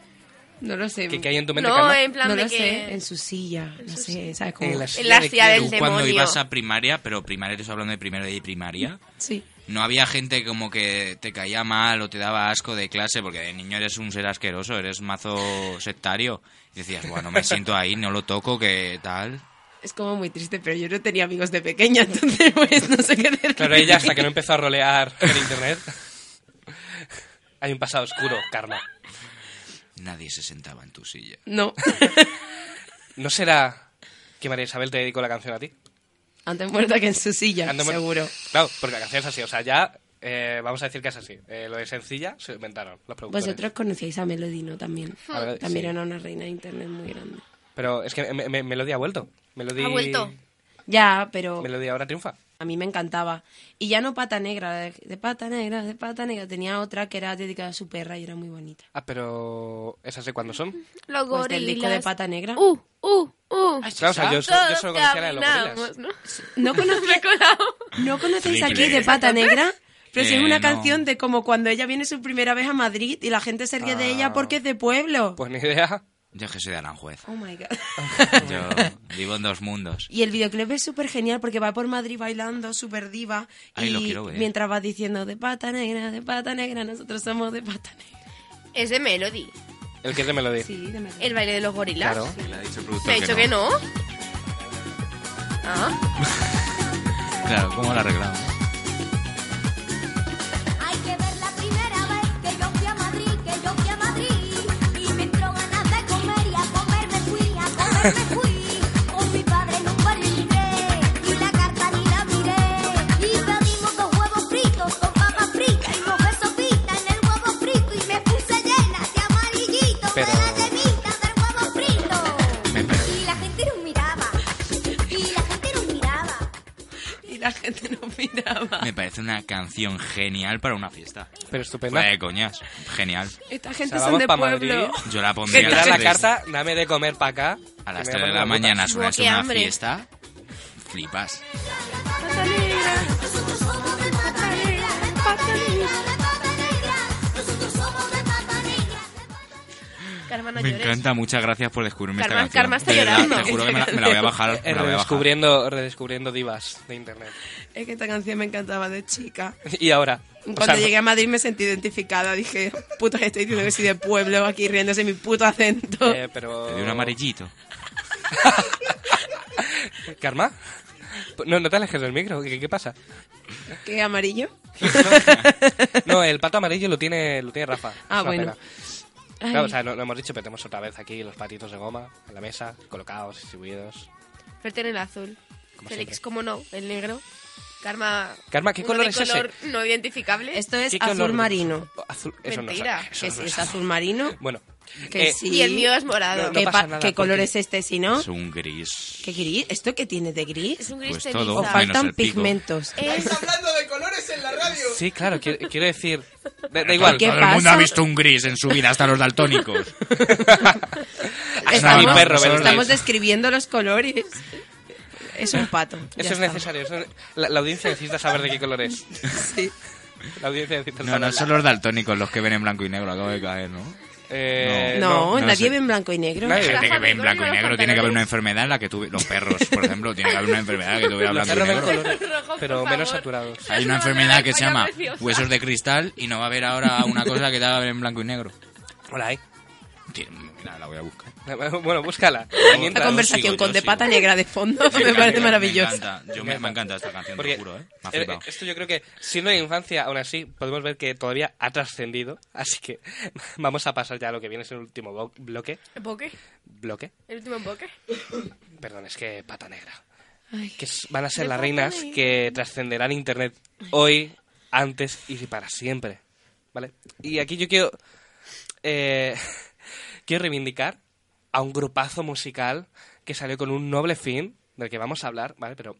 no lo sé. ¿Qué, qué hay en tu mente, No, Carla? en plan no de lo que... sé, en su silla, no sé, ¿sabes cómo? En la En la de silla quiero. del Tú cuando demonio. ibas a primaria, pero primaria, estoy hablando de primaria y primaria, Sí. no había gente como que te caía mal o te daba asco de clase, porque de niño eres un ser asqueroso, eres mazo sectario. Y decías, bueno, me siento ahí, no lo toco, que tal. Es como muy triste, pero yo no tenía amigos de pequeña, *laughs* entonces pues no sé qué decir. Claro, ella hasta que no empezó a rolear en internet. *laughs* Hay un pasado oscuro, Karma. Nadie se sentaba en tu silla. No. *laughs* ¿No será que María Isabel te dedicó la canción a ti? Antes muerta que en su silla, Ando- seguro. Claro, porque la canción es así. O sea, ya eh, vamos a decir que es así. Eh, lo de sencilla se lo inventaron los productores. Vosotros conocíais a Melody, ¿no? También. A ver, También sí. era una reina de internet muy grande. Pero es que me, me- Melody ha vuelto. Melody, Ha vuelto. Ya, pero... Melody ahora triunfa. A mí me encantaba. Y ya no pata negra, de, de pata negra, de pata negra. Tenía otra que era dedicada a su perra y era muy bonita. Ah, pero esas de cuándo son. Los Pues gorilas. del disco de pata negra. Uh, uh, uh. Claro, o sea, Ah, yo, so- yo solo conocía la de los caminamos, gorilas. ¿no? ¿No, cono- *laughs* Me he colado. no conocéis Triple. aquí de pata negra? Pero si es Eh, una no. canción de como cuando ella viene su primera vez a Madrid y la gente se ríe de Ah. ella porque es de pueblo. Pues ni idea. Yo es que soy de Aranjuez. Oh *laughs* my god. Yo vivo en dos mundos. Y el videoclip es súper genial porque va por Madrid bailando, súper diva. Ay, y lo quiero ver. mientras va diciendo de pata negra, de pata negra, nosotros somos de pata negra. Es de Melody. El que es de Melody. Sí, de Madrid. El baile de los gorilas. Claro. Le ha Me dicho el ha productor dicho que no. Ah, Claro, ¿cómo lo arreglamos? Hay que ver la primera vez que yo fui a Madrid, que yo fui a Madrid. Y me entró ganas de comer y a comer me fui, a comer me fui. Con mi padre en un barrio libre y la carta ni la miré. Y pedimos dos huevos fritos con papas fritas y mojé sopita en el huevo frito. Y me puse llena de amarillito Pero- de la yemita del huevo frito. Pero- Y la gente nos miraba, y la gente nos miraba. Y la gente nos miraba. Me parece una canción genial para una fiesta. Pero estupenda. Fuera de coñas. Genial. Esta O gente sea, son vamos de pa' pueblo. Madrid. Yo la Que pondría te da a la las, carta, dame de comer para acá. a las que 3 me voy de a la poner mañana. puta. Suena Buah, eso qué una hambre. fiesta. Flipas. Nosotros somos de pata negra, de pata negra, de pata negra. Nosotros somos de pata negra. Karma, no Me llores. encanta, muchas gracias por descubrirme Karma- esta canción. Karma está De verdad, llorando. Te juro que me la, me la voy a bajar. Me Eh, la voy a bajar. redescubriendo, redescubriendo divas de internet. *laughs* Es que esta canción me encantaba de chica. Y ahora. o Cuando sea, eh, llegué a Madrid me sentí identificada. Dije, puta, estoy diciendo que soy de pueblo, aquí riéndose mi puto acento. eh, pero... Te doy un amarillito. ¿Karma? *laughs* No, no te alejes del micro. ¿Qué, qué pasa? ¿Qué amarillo? No, el pato amarillo lo tiene, lo tiene Rafa. Ah, Es una bueno. pena. Claro, o sea, no, no hemos dicho, pero tenemos otra vez aquí los patitos de goma en la mesa, colocados, distribuidos. Fer tiene el azul. Como Félix, siempre. como no, el negro. Karma. Karma, ¿qué uno color de es ese? color no identificable. Esto es ¿Qué azul color? marino. Azul, eso no es- Mentira, eso Que no si es es azul marino, Bueno. que eh, sí. Y el mío es morado. No ¿Qué, pasa pa- nada, qué color porque- es este si no? Es un gris. ¿Qué gris? ¿Esto qué tiene de Es gris? un gris Pues ceniza. todo, ¿O menos faltan el pico. pigmentos? Es- Sí, claro, quiero, quiero decir... Da, da igual. ¿Qué Todo el mundo pasa? ha visto un gris en su vida, hasta los daltónicos. Hasta mi perro, ¿verdad? estamos describiendo los colores. Es un pato. ya Eso es está. necesario. eso es- la, la audiencia necesita saber de qué color es. Sí. La audiencia necesita *laughs* No, saber. no son los daltónicos los que ven en blanco y negro, acabo de caer, ¿no? Eh, no, no nadie sé. ve en blanco y negro. Nadie. Hay gente que ve en Los blanco y pantalones. negro, tiene que haber una enfermedad en la que tuve. Los perros, por ejemplo, tiene que haber una enfermedad que tuviera Los blanco y cerros ven negro. colores, Rojo, pero por menos favor. saturados. Hay una enfermedad que se llama huesos de cristal y no va a haber ahora una cosa que te va a ver en blanco y negro. Hola, ¿eh? Tiene- Mira, la voy *laughs* a buscar. Bueno, búscala. Esta Mientras- conversación sigo, yo con de sigo. pata negra de fondo *laughs* Sí, me parece encanta, maravillosa. encanta. Yo me, me encanta esta canción, te Porque lo juro, ¿eh? Me ha eh, flipado. esto yo creo que siendo de infancia, aún así, podemos ver que todavía ha trascendido. Así que *laughs* vamos a pasar ya a lo que viene es el último bo- bloque. ¿El boque? ¿Bloque? ¿El último boque? Perdón, es que pata negra. Ay. Que s- van a ser De las pata reinas negra. que trascenderán Internet hoy, antes y para siempre. ¿Vale? Y aquí yo quiero... eh, *laughs* quiero reivindicar a un grupazo musical que salió con un noble fin, del que vamos a hablar, ¿vale? Pero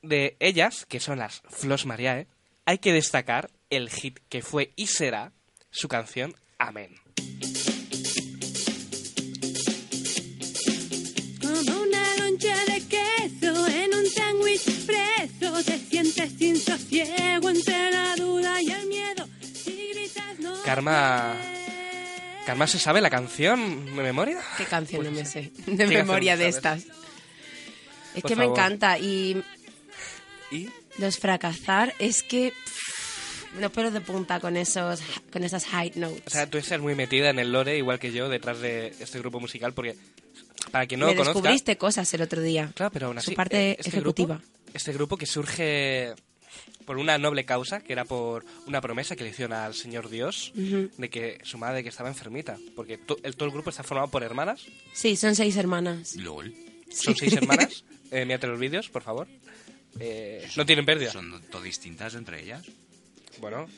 de ellas, que son las Flos Mariae, hay que destacar el hit que fue y será su canción Amén. Como una loncha de queso en un sándwich preso, te sientes sin sosiego entre la duda y el miedo. Si gritas no. Karma... Karma se sabe la canción de memoria. ¿Qué canción no me sé? *laughs* ¿Qué De canción memoria de sabes? estas. Es Por que me favor. encanta y Y los fracasar es que pff, unos pelos de punta con esos con esas high notes. O sea, tú estás muy metida en el lore, igual que yo, detrás de este grupo musical, porque para quien no me lo conozca... descubriste cosas el otro día. Claro, pero aún Su así... parte eh, este ejecutiva. Grupo, este grupo que surge por una noble causa, que era por una promesa que le hicieron al Señor Dios, de que su madre que estaba enfermita, porque to- el, todo el grupo está formado por hermanas, Sí, son seis hermanas. LOL. son seis *laughs* hermanas, eh, mírate los vídeos, por favor. Eh, no tienen pérdida. ¿Son todo distintas entre ellas? Bueno,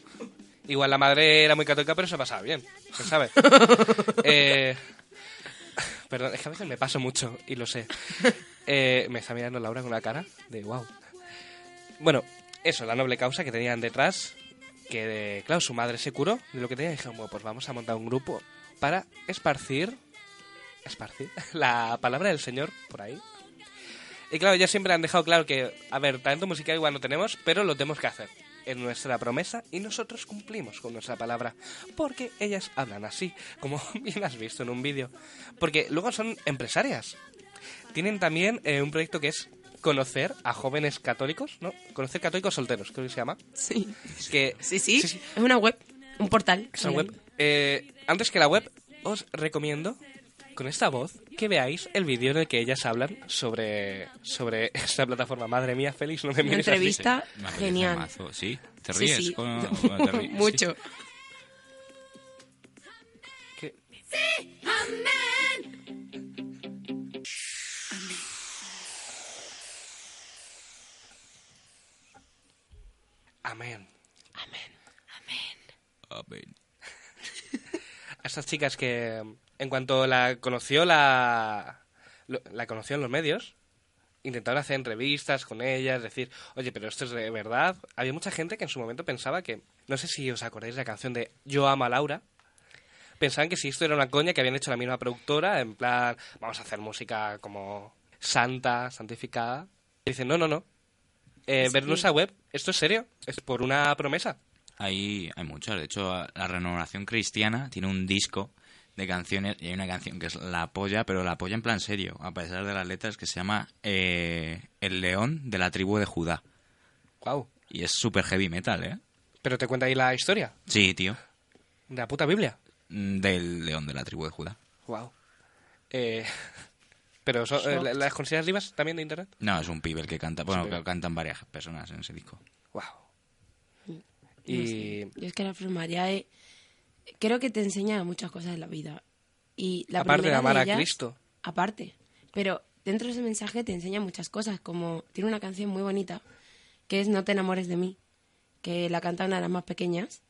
igual la madre era muy católica, pero se pasaba bien, se sabe. Eh, perdón, es que a veces me paso mucho y lo sé. Eh, me está mirando Laura con una cara de wow. Bueno, eso, la noble causa que tenían detrás, que claro, su madre se curó de lo que tenía y dijeron, bueno, pues vamos a montar un grupo para esparcir, esparcir *laughs* la palabra del Señor por ahí. Y claro, ya siempre han dejado claro que, a ver, talento musical igual no tenemos, pero lo tenemos que hacer. Es nuestra promesa y nosotros cumplimos con nuestra palabra. Porque ellas hablan así, como *laughs* bien has visto en un vídeo. Porque luego son empresarias. Tienen también eh, un proyecto que es conocer a jóvenes católicos, ¿no? Conocer católicos solteros, creo que se llama. Sí. Que, Sí, sí. Es una web, un portal. esa online. web. Eh, antes que la web, os recomiendo con esta voz que veáis el vídeo en el que ellas hablan sobre, sobre esta plataforma. Madre mía, Félix, no me mires así. entrevista. Está Me apetece genial. mazo. Sí, te Sí, ríes. sí. *laughs* con- con- te ríes, sí. Mucho. Que- Amén. Ah, ven. A estas chicas que en cuanto la conoció la lo- la conoció en los medios, intentaron hacer entrevistas con ellas, decir, oye, pero esto es de verdad. Había mucha gente que en su momento pensaba que, no sé si os acordáis de la canción de Yo amo a Laura, pensaban que si esto era una coña que habían hecho la misma productora, en plan, vamos a hacer música como santa, santificada. Y dicen, no, no, no. Eh, ver nuestra web, esto es serio, es por una promesa. Hay, hay muchas. De hecho, a- la Renovación Cristiana tiene un disco de canciones y hay una canción que es La Polla, pero La Polla en plan serio, a pesar de las letras, que se llama eh, El León de la Tribu de Judá. Wow. Y es súper heavy metal, ¿eh? Pero te cuenta ahí la historia Sí, tío. de la puta Biblia. Mm, Del León de la Tribu de Judá. Wow. Eh, *laughs* pero so- eh, ¿la- las consideras divas también de internet. No, es un pibe el que canta. Bueno, pibe. que cantan varias personas en ese disco. Wow. No Y sé. Yo es que la Mariae creo que te enseña muchas cosas en la vida. Y la Aparte de primera amar a ellas- Cristo. Aparte. Pero dentro de ese mensaje te enseña muchas cosas, como tiene una canción muy bonita que es No te enamores de mí, que la canta una de las más pequeñas.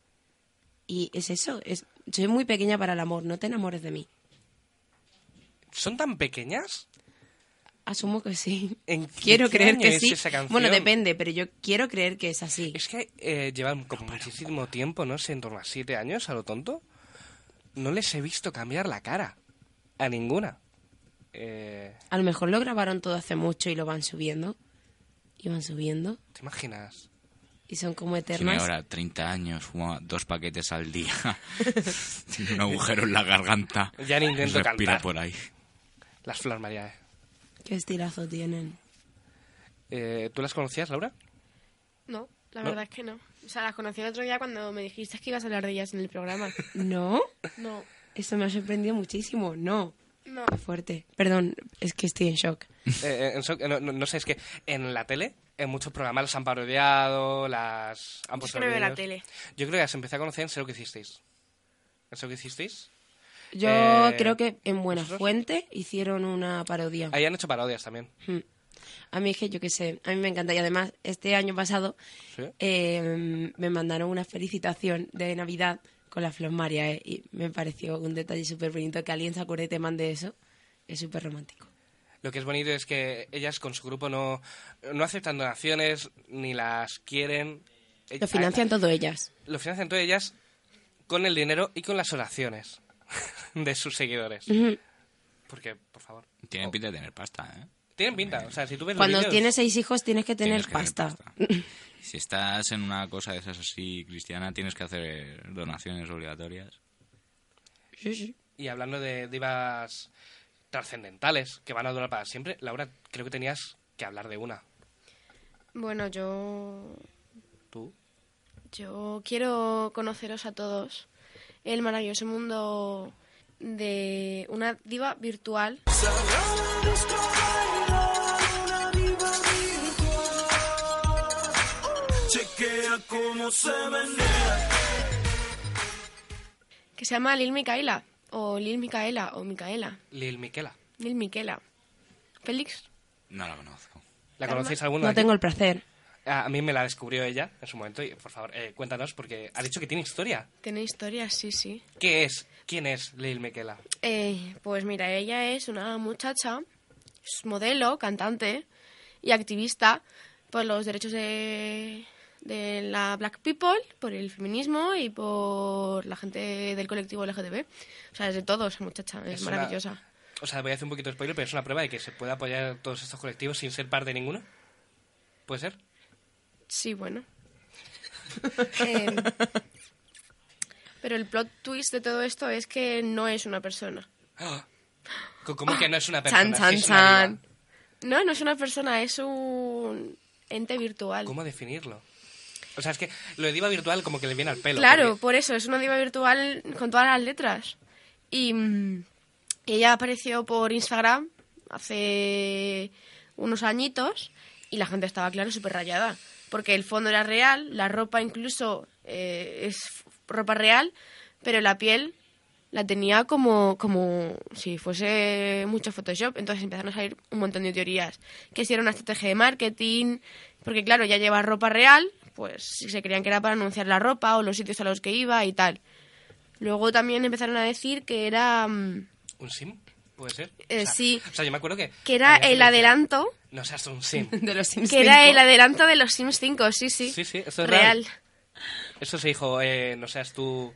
Y es eso, es, soy muy pequeña para el amor, no te enamores de mí. son tan pequeñas. Asumo que sí. *laughs* ¿En qué- quiero qué creer año que es sí. esa canción? bueno, depende, pero yo quiero creer que es así. Es que eh, llevan como muchísimo tiempo, no sé, en torno a siete años, a lo tonto. No les he visto cambiar la cara. A ninguna. Eh, A lo mejor lo grabaron todo hace mucho y lo van subiendo. Y van subiendo. ¿Te imaginas? y son como Tiene eternas. ahora 30 años, fuma dos paquetes al día. *laughs* Tiene un agujero en la garganta. Ya ni intento Respira cantar. por ahí. Las Flor María. Qué estilazo tienen. Eh, ¿Tú las conocías, Laura? No, la ¿No? verdad es que no. O sea, las conocí el otro día cuando me dijiste que ibas a hablar de ellas en el programa. ¿No? No, Eso me ha sorprendido muchísimo. No. no. Qué fuerte. Perdón, es que estoy en shock. Eh, en so- no, no- no sé, es que en la tele, en muchos programas las han parodiado, las han puesto no veo la vídeos. tele. Yo creo que las empecé a conocer en Sé lo que hicisteis. ¿En Sé lo que hicisteis? Yo Eh, creo que en Buenafuente ¿vosotros? hicieron una parodia. Ahí han hecho parodias también. Mm. A mí es que yo qué sé, a mí me encanta. Y además, este año pasado ¿Sí? eh, me mandaron una felicitación de Navidad con la Flor María eh, y me pareció un detalle súper bonito que alguien se acuerde y te mande eso. Es súper romántico. Lo que es bonito es que ellas con su grupo no, no aceptan donaciones, ni las quieren. Eh, Lo financian todo ellas. Lo financian todas ellas con el dinero y con las oraciones *laughs* de sus seguidores. Ujú. Porque, por favor. Tiene pinta de tener pasta, ¿eh? Tienen pinta. O sea, si tú ves los Cuando vídeos- tienes seis hijos tienes que tener Tienes que pasta. si estás en una cosa de esas así, cristiana, tienes que hacer donaciones obligatorias. Sí, sí. Y hablando de divas trascendentales que van a durar para siempre, Laura, creo que tenías que hablar de una. Bueno, yo Tú. Yo quiero conoceros a todos el maravilloso mundo de una diva virtual. Que se llama Lil Micaela, o Lil Micaela, o Micaela, Lil Miquela. Lil Miquela. Félix, No la conozco. ¿La conocéis alguno? de No aquí? tengo el placer. *laughs* A a mí me la descubrió ella en su momento y, por favor, eh, cuéntanos porque ha dicho que tiene historia. tiene historias, sí, sí. ¿Qué es? ¿Quién es Lil Miquela? Eh, pues mira, ella es una muchacha, es modelo, cantante y activista por los derechos de, de la black people, por el feminismo y por la gente del colectivo LGTB. O sea, es de todo esa muchacha, es, una- maravillosa. O sea, voy a hacer un poquito de spoiler, pero es una prueba de que se puede apoyar todos estos colectivos sin ser parte de ninguno. ¿Puede ser? *laughs* Sí, bueno. Eh, pero el plot twist de todo esto es que no es una persona. Co- ¿Cómo que no es una persona? Chan, Sí Ah, chan, es una chan. diva. No, no es una persona, es un ente virtual. ¿Cómo definirlo? O sea, es que lo de diva virtual como que le viene al pelo. Claro, porque- por eso, es una diva virtual con todas las letras. Y mm, ella apareció por Instagram hace unos añitos y la gente estaba, claro, súper rayada. Porque el fondo era real, la ropa incluso eh, es f- ropa real, pero la piel la tenía como, como si fuese mucho Photoshop. Entonces empezaron a salir un montón de teorías. Que si era una estrategia de marketing, porque claro, ya lleva ropa real, pues si se creían que era para anunciar la ropa o los sitios a los que iba y tal. Luego también empezaron a decir que era, mm, ¿Un sim? ¿Puede ser? Eh, O sea, sí. O sea, yo me acuerdo que... que era había gente que el decía, adelanto, No seas un sim. De los Sims que era cinco. el adelanto de los Sims 5, sí, sí. Sí, sí, esto es real. Eso se dijo, eh, no seas tú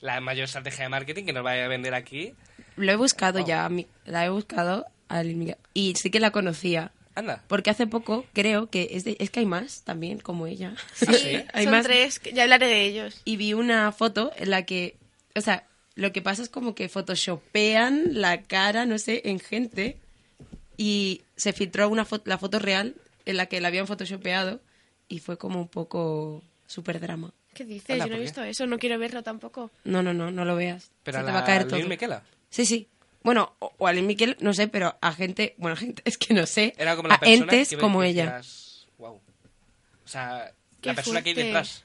la mayor estrategia de marketing que nos vaya a vender aquí. Lo he buscado ya, mi- la he buscado al- y sí que la conocía. Anda. Porque hace poco creo que es, de- es que hay más también, como ella. *laughs* ¿Ah, *laughs* sí? hay Son más. tres, que ya hablaré de ellos. Y vi una foto en la que, o sea, lo que pasa es como que photoshopean la cara, no sé, en gente. Y se filtró una fo- la foto real en la que la habían photoshopeado y fue como un poco super drama. ¿Qué dices? Anda, Yo no ¿por he qué? visto eso, no quiero verlo tampoco. No, no, no, no lo veas. Pero se a la te va a caer todo. Lil Miquela. Sí, sí. Bueno, o, o a Lin Miquel, no sé, pero a gente, bueno, a gente, *laughs* es que no sé. Era como la a persona Ah, entes que ve- como que ella. decías, "Guau". O sea, Qué la persona que hay fuerte. detrás.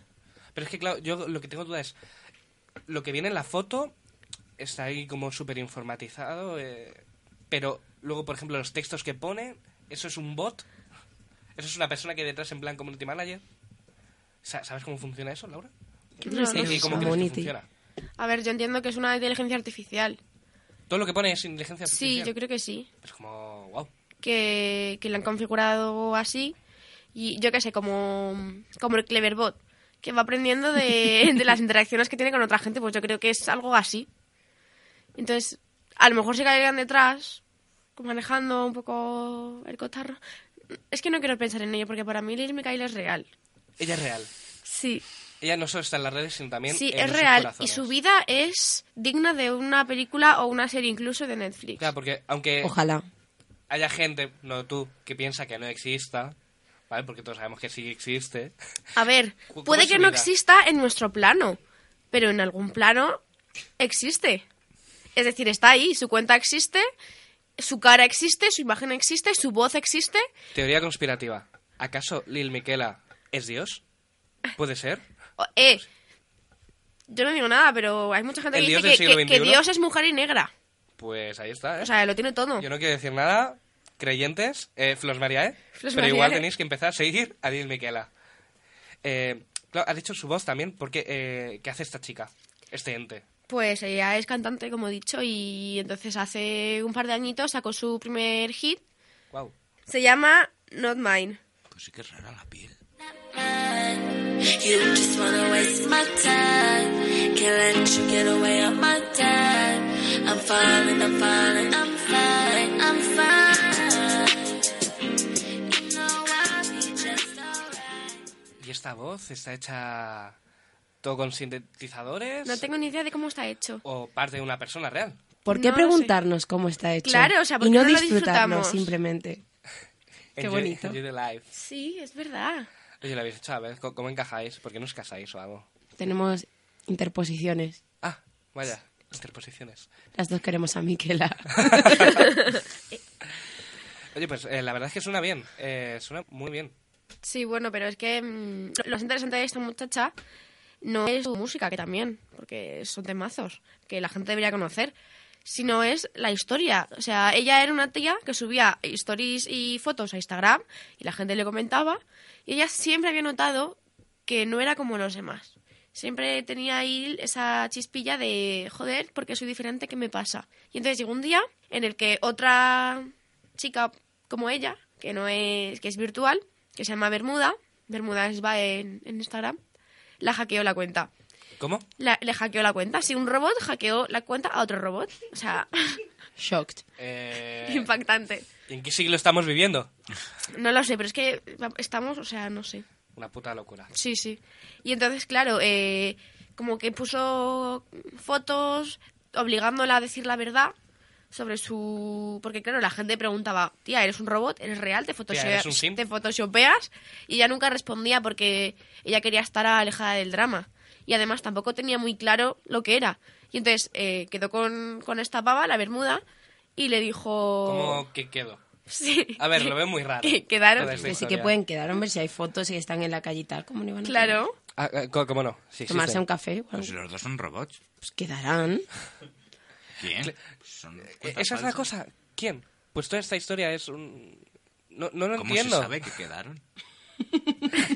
Pero es que, claro, yo lo que tengo duda es... Lo que viene en la foto está ahí como súper informatizado, eh, pero luego, por ejemplo, los textos que pone, ¿eso es un bot? ¿Eso es una persona que hay detrás en plan community manager? Sa- ¿Sabes cómo funciona eso, Laura? No, no sé, ¿Y sé. cómo crees que Community. funciona? A ver, yo entiendo que es una inteligencia artificial. Todo lo que pone es inteligencia Sí, artificial. yo creo que sí. Es como, wow. que, que la han configurado así y yo qué sé, como, como el Cleverbot, que va aprendiendo de, de las interacciones que tiene con otra gente, pues yo creo que es algo así. Entonces, a lo mejor se caerían detrás, como manejando un poco el cotarro. Es que no quiero pensar en ello, porque para mí Lil Micaela es real. Ella es real. Sí, Ella no solo está en las redes, sino también sí, en es sus real. Y corazones. su vida es digna de una película o una serie incluso de Netflix. Claro, porque aunque Ojalá. haya gente, no tú, que piensa que no exista, ¿vale? Porque todos sabemos que sí existe. A ver, ¿Cómo puede es que su no vida? exista en nuestro plano, pero en algún plano existe. Es decir, está ahí, su cuenta existe, su cara existe, su imagen existe, su voz existe. Teoría conspirativa. ¿Acaso Lil Miquela es Dios? ¿Puede ser? O- Eh, yo no digo nada, pero hay mucha gente Pues ¿El que dios dice del que, siglo que- que XXI? Dios es mujer y negra. Pues ahí está, ¿eh? O sea, lo tiene todo. Yo no quiero decir nada. Creyentes, eh, Flos Mariae. Flos ¿eh? pero igual Mariae. tenéis que empezar a seguir a Lil Miquela. Eh, claro, has dicho su voz también. porque eh, ¿Qué hace esta chica? Este ente. Pues ella es cantante, como he dicho, y entonces hace un par de añitos sacó su primer hit. Wow. Se llama Not Mine. Pues sí que es rara la piel. You just wanna waste my time. Can't let you get away on my time. I'm falling, I'm falling, I'm fine, I'm fine. You know I'll be just alright. Y esta voz está hecha todo con sintetizadores No tengo ni idea de cómo está hecho. o parte de una persona real. ¿Por qué No lo sé. preguntarnos cómo está hecho? Claro, o sea, ¿por y qué no, no lo disfrutarnos disfrutamos? simplemente. Qué Enjoy- bonito. enjoy the life. Sí, es verdad. Oye, lo habéis hecho a ver, ¿cómo cómo encajáis? ¿Por qué no os casáis o algo? Tenemos interposiciones. Ah, vaya, interposiciones. Las dos queremos a *laughs* Miquela. Oye, pues eh, la verdad es que suena bien, eh, suena muy bien. Sí, bueno, pero es que mm, lo lo interesante de esta muchacha no es su música, que también, porque son temazos que la gente debería conocer, sino es la historia. O sea, ella era una tía que subía stories y fotos a Instagram y la gente le comentaba y ella siempre había notado que no era como los demás. Siempre tenía ahí esa chispilla de, joder, porque soy diferente, ¿qué me pasa? Y entonces llegó un día en el que otra chica como ella, que no es, que es virtual, que se llama Bermuda, Bermuda es va en, en Instagram, la hackeó la cuenta. ¿Cómo? La- le hackeó la cuenta. Si un robot hackeó la cuenta a otro robot. O sea, *laughs* Shocked. Eh, impactante. ¿En qué siglo estamos viviendo? No lo sé, pero es que estamos, o sea, no sé. Una puta locura. Sí, sí. Y entonces, claro, eh, como que puso fotos obligándola a decir la verdad sobre su... Porque claro, la gente preguntaba, tía, ¿eres un robot? ¿Eres real? ¿Te, photoshopeas- eres un simp". te photoshopeas? Y ella nunca respondía porque ella quería estar alejada del drama. Y además tampoco tenía muy claro lo que era. Y entonces eh, quedó con, con esta pava, la bermuda, y le dijo... ¿Cómo Oh. que quedo? *laughs* Sí. A ver, lo veo muy raro. *laughs* Que quedaron- toda esta Que sí que historia. pueden quedar, hombre, si hay fotos y están en la calle y tal, ¿cómo no iban a quedar? Claro. Ah, ah, co- ¿Cómo no? Sí, existen. Tomarse un café, o Pues algo. si los dos son robots. pues quedarán. Bien. Pues son Eh, cuentas Esa es la falsas. cosa. ¿Quién? Pues toda esta historia es un... No, no lo ¿Cómo entiendo. se sabe que quedaron?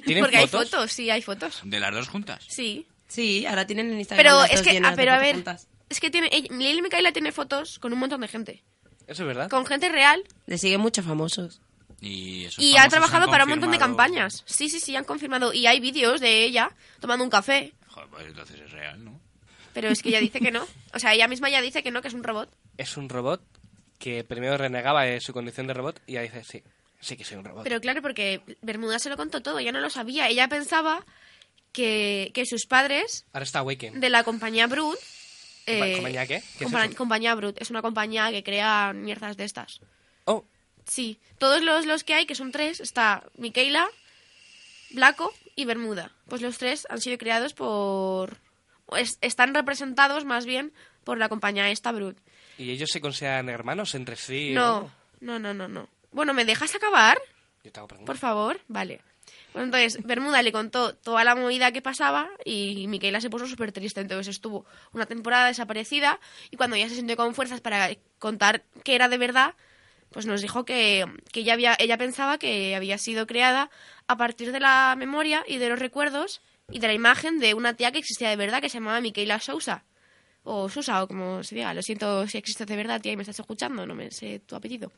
¿Tienen Porque hay fotos? fotos, sí, hay fotos. ¿De las dos juntas? Sí. Sí, ahora tienen en Instagram. Pero las es dos que, llenas ah, de pero a fotos ver, juntas. es que tiene, ella- Lil Micaela tiene fotos con un montón de gente, Eso es verdad. con gente real Le siguen muchos famosos. Y, esos y famosos ha han trabajado para un montón de confirmado- campañas. Sí, sí, sí, han confirmado y hay vídeos de ella tomando un café, Joder, pues entonces es real, ¿no? pero es que ella dice que no. O sea, ella misma ya dice que no, que es un robot. Es un robot que primero renegaba de su condición de robot y ya dice, sí, sí que soy un robot. Pero claro, porque Bermuda se lo contó todo, ella no lo sabía, ella pensaba que, que sus padres Ahora está Awaken. de la compañía Brut eh, ¿Compañía qué? ¿Qué es compa- eso? compañía Brut, es una compañía que crea mierdas de estas. Oh, Sí, todos los, los que hay, que son tres, está Miquela, Blanco y Bermuda. Pues los tres han sido creados por... o es- están representados más bien por la compañía esta, Brut. ¿y ellos se consideran hermanos entre sí? No, no, no, no, no. Bueno, ¿me dejas acabar? Yo te hago preguntas. Por favor, vale. Bueno, entonces, Bermuda le contó toda la movida que pasaba y Miquela se puso súper triste. Entonces estuvo una temporada desaparecida y cuando ya se sintió con fuerzas para contar que era de verdad, pues nos dijo que, que ella, había, ella pensaba que había sido creada a partir de la memoria y de los recuerdos y de la imagen de una tía que existía de verdad que se llamaba Miquela Sousa. O Sousa, o como se diga. Lo siento si existes de verdad, tía, y me estás escuchando. No me sé tu apellido.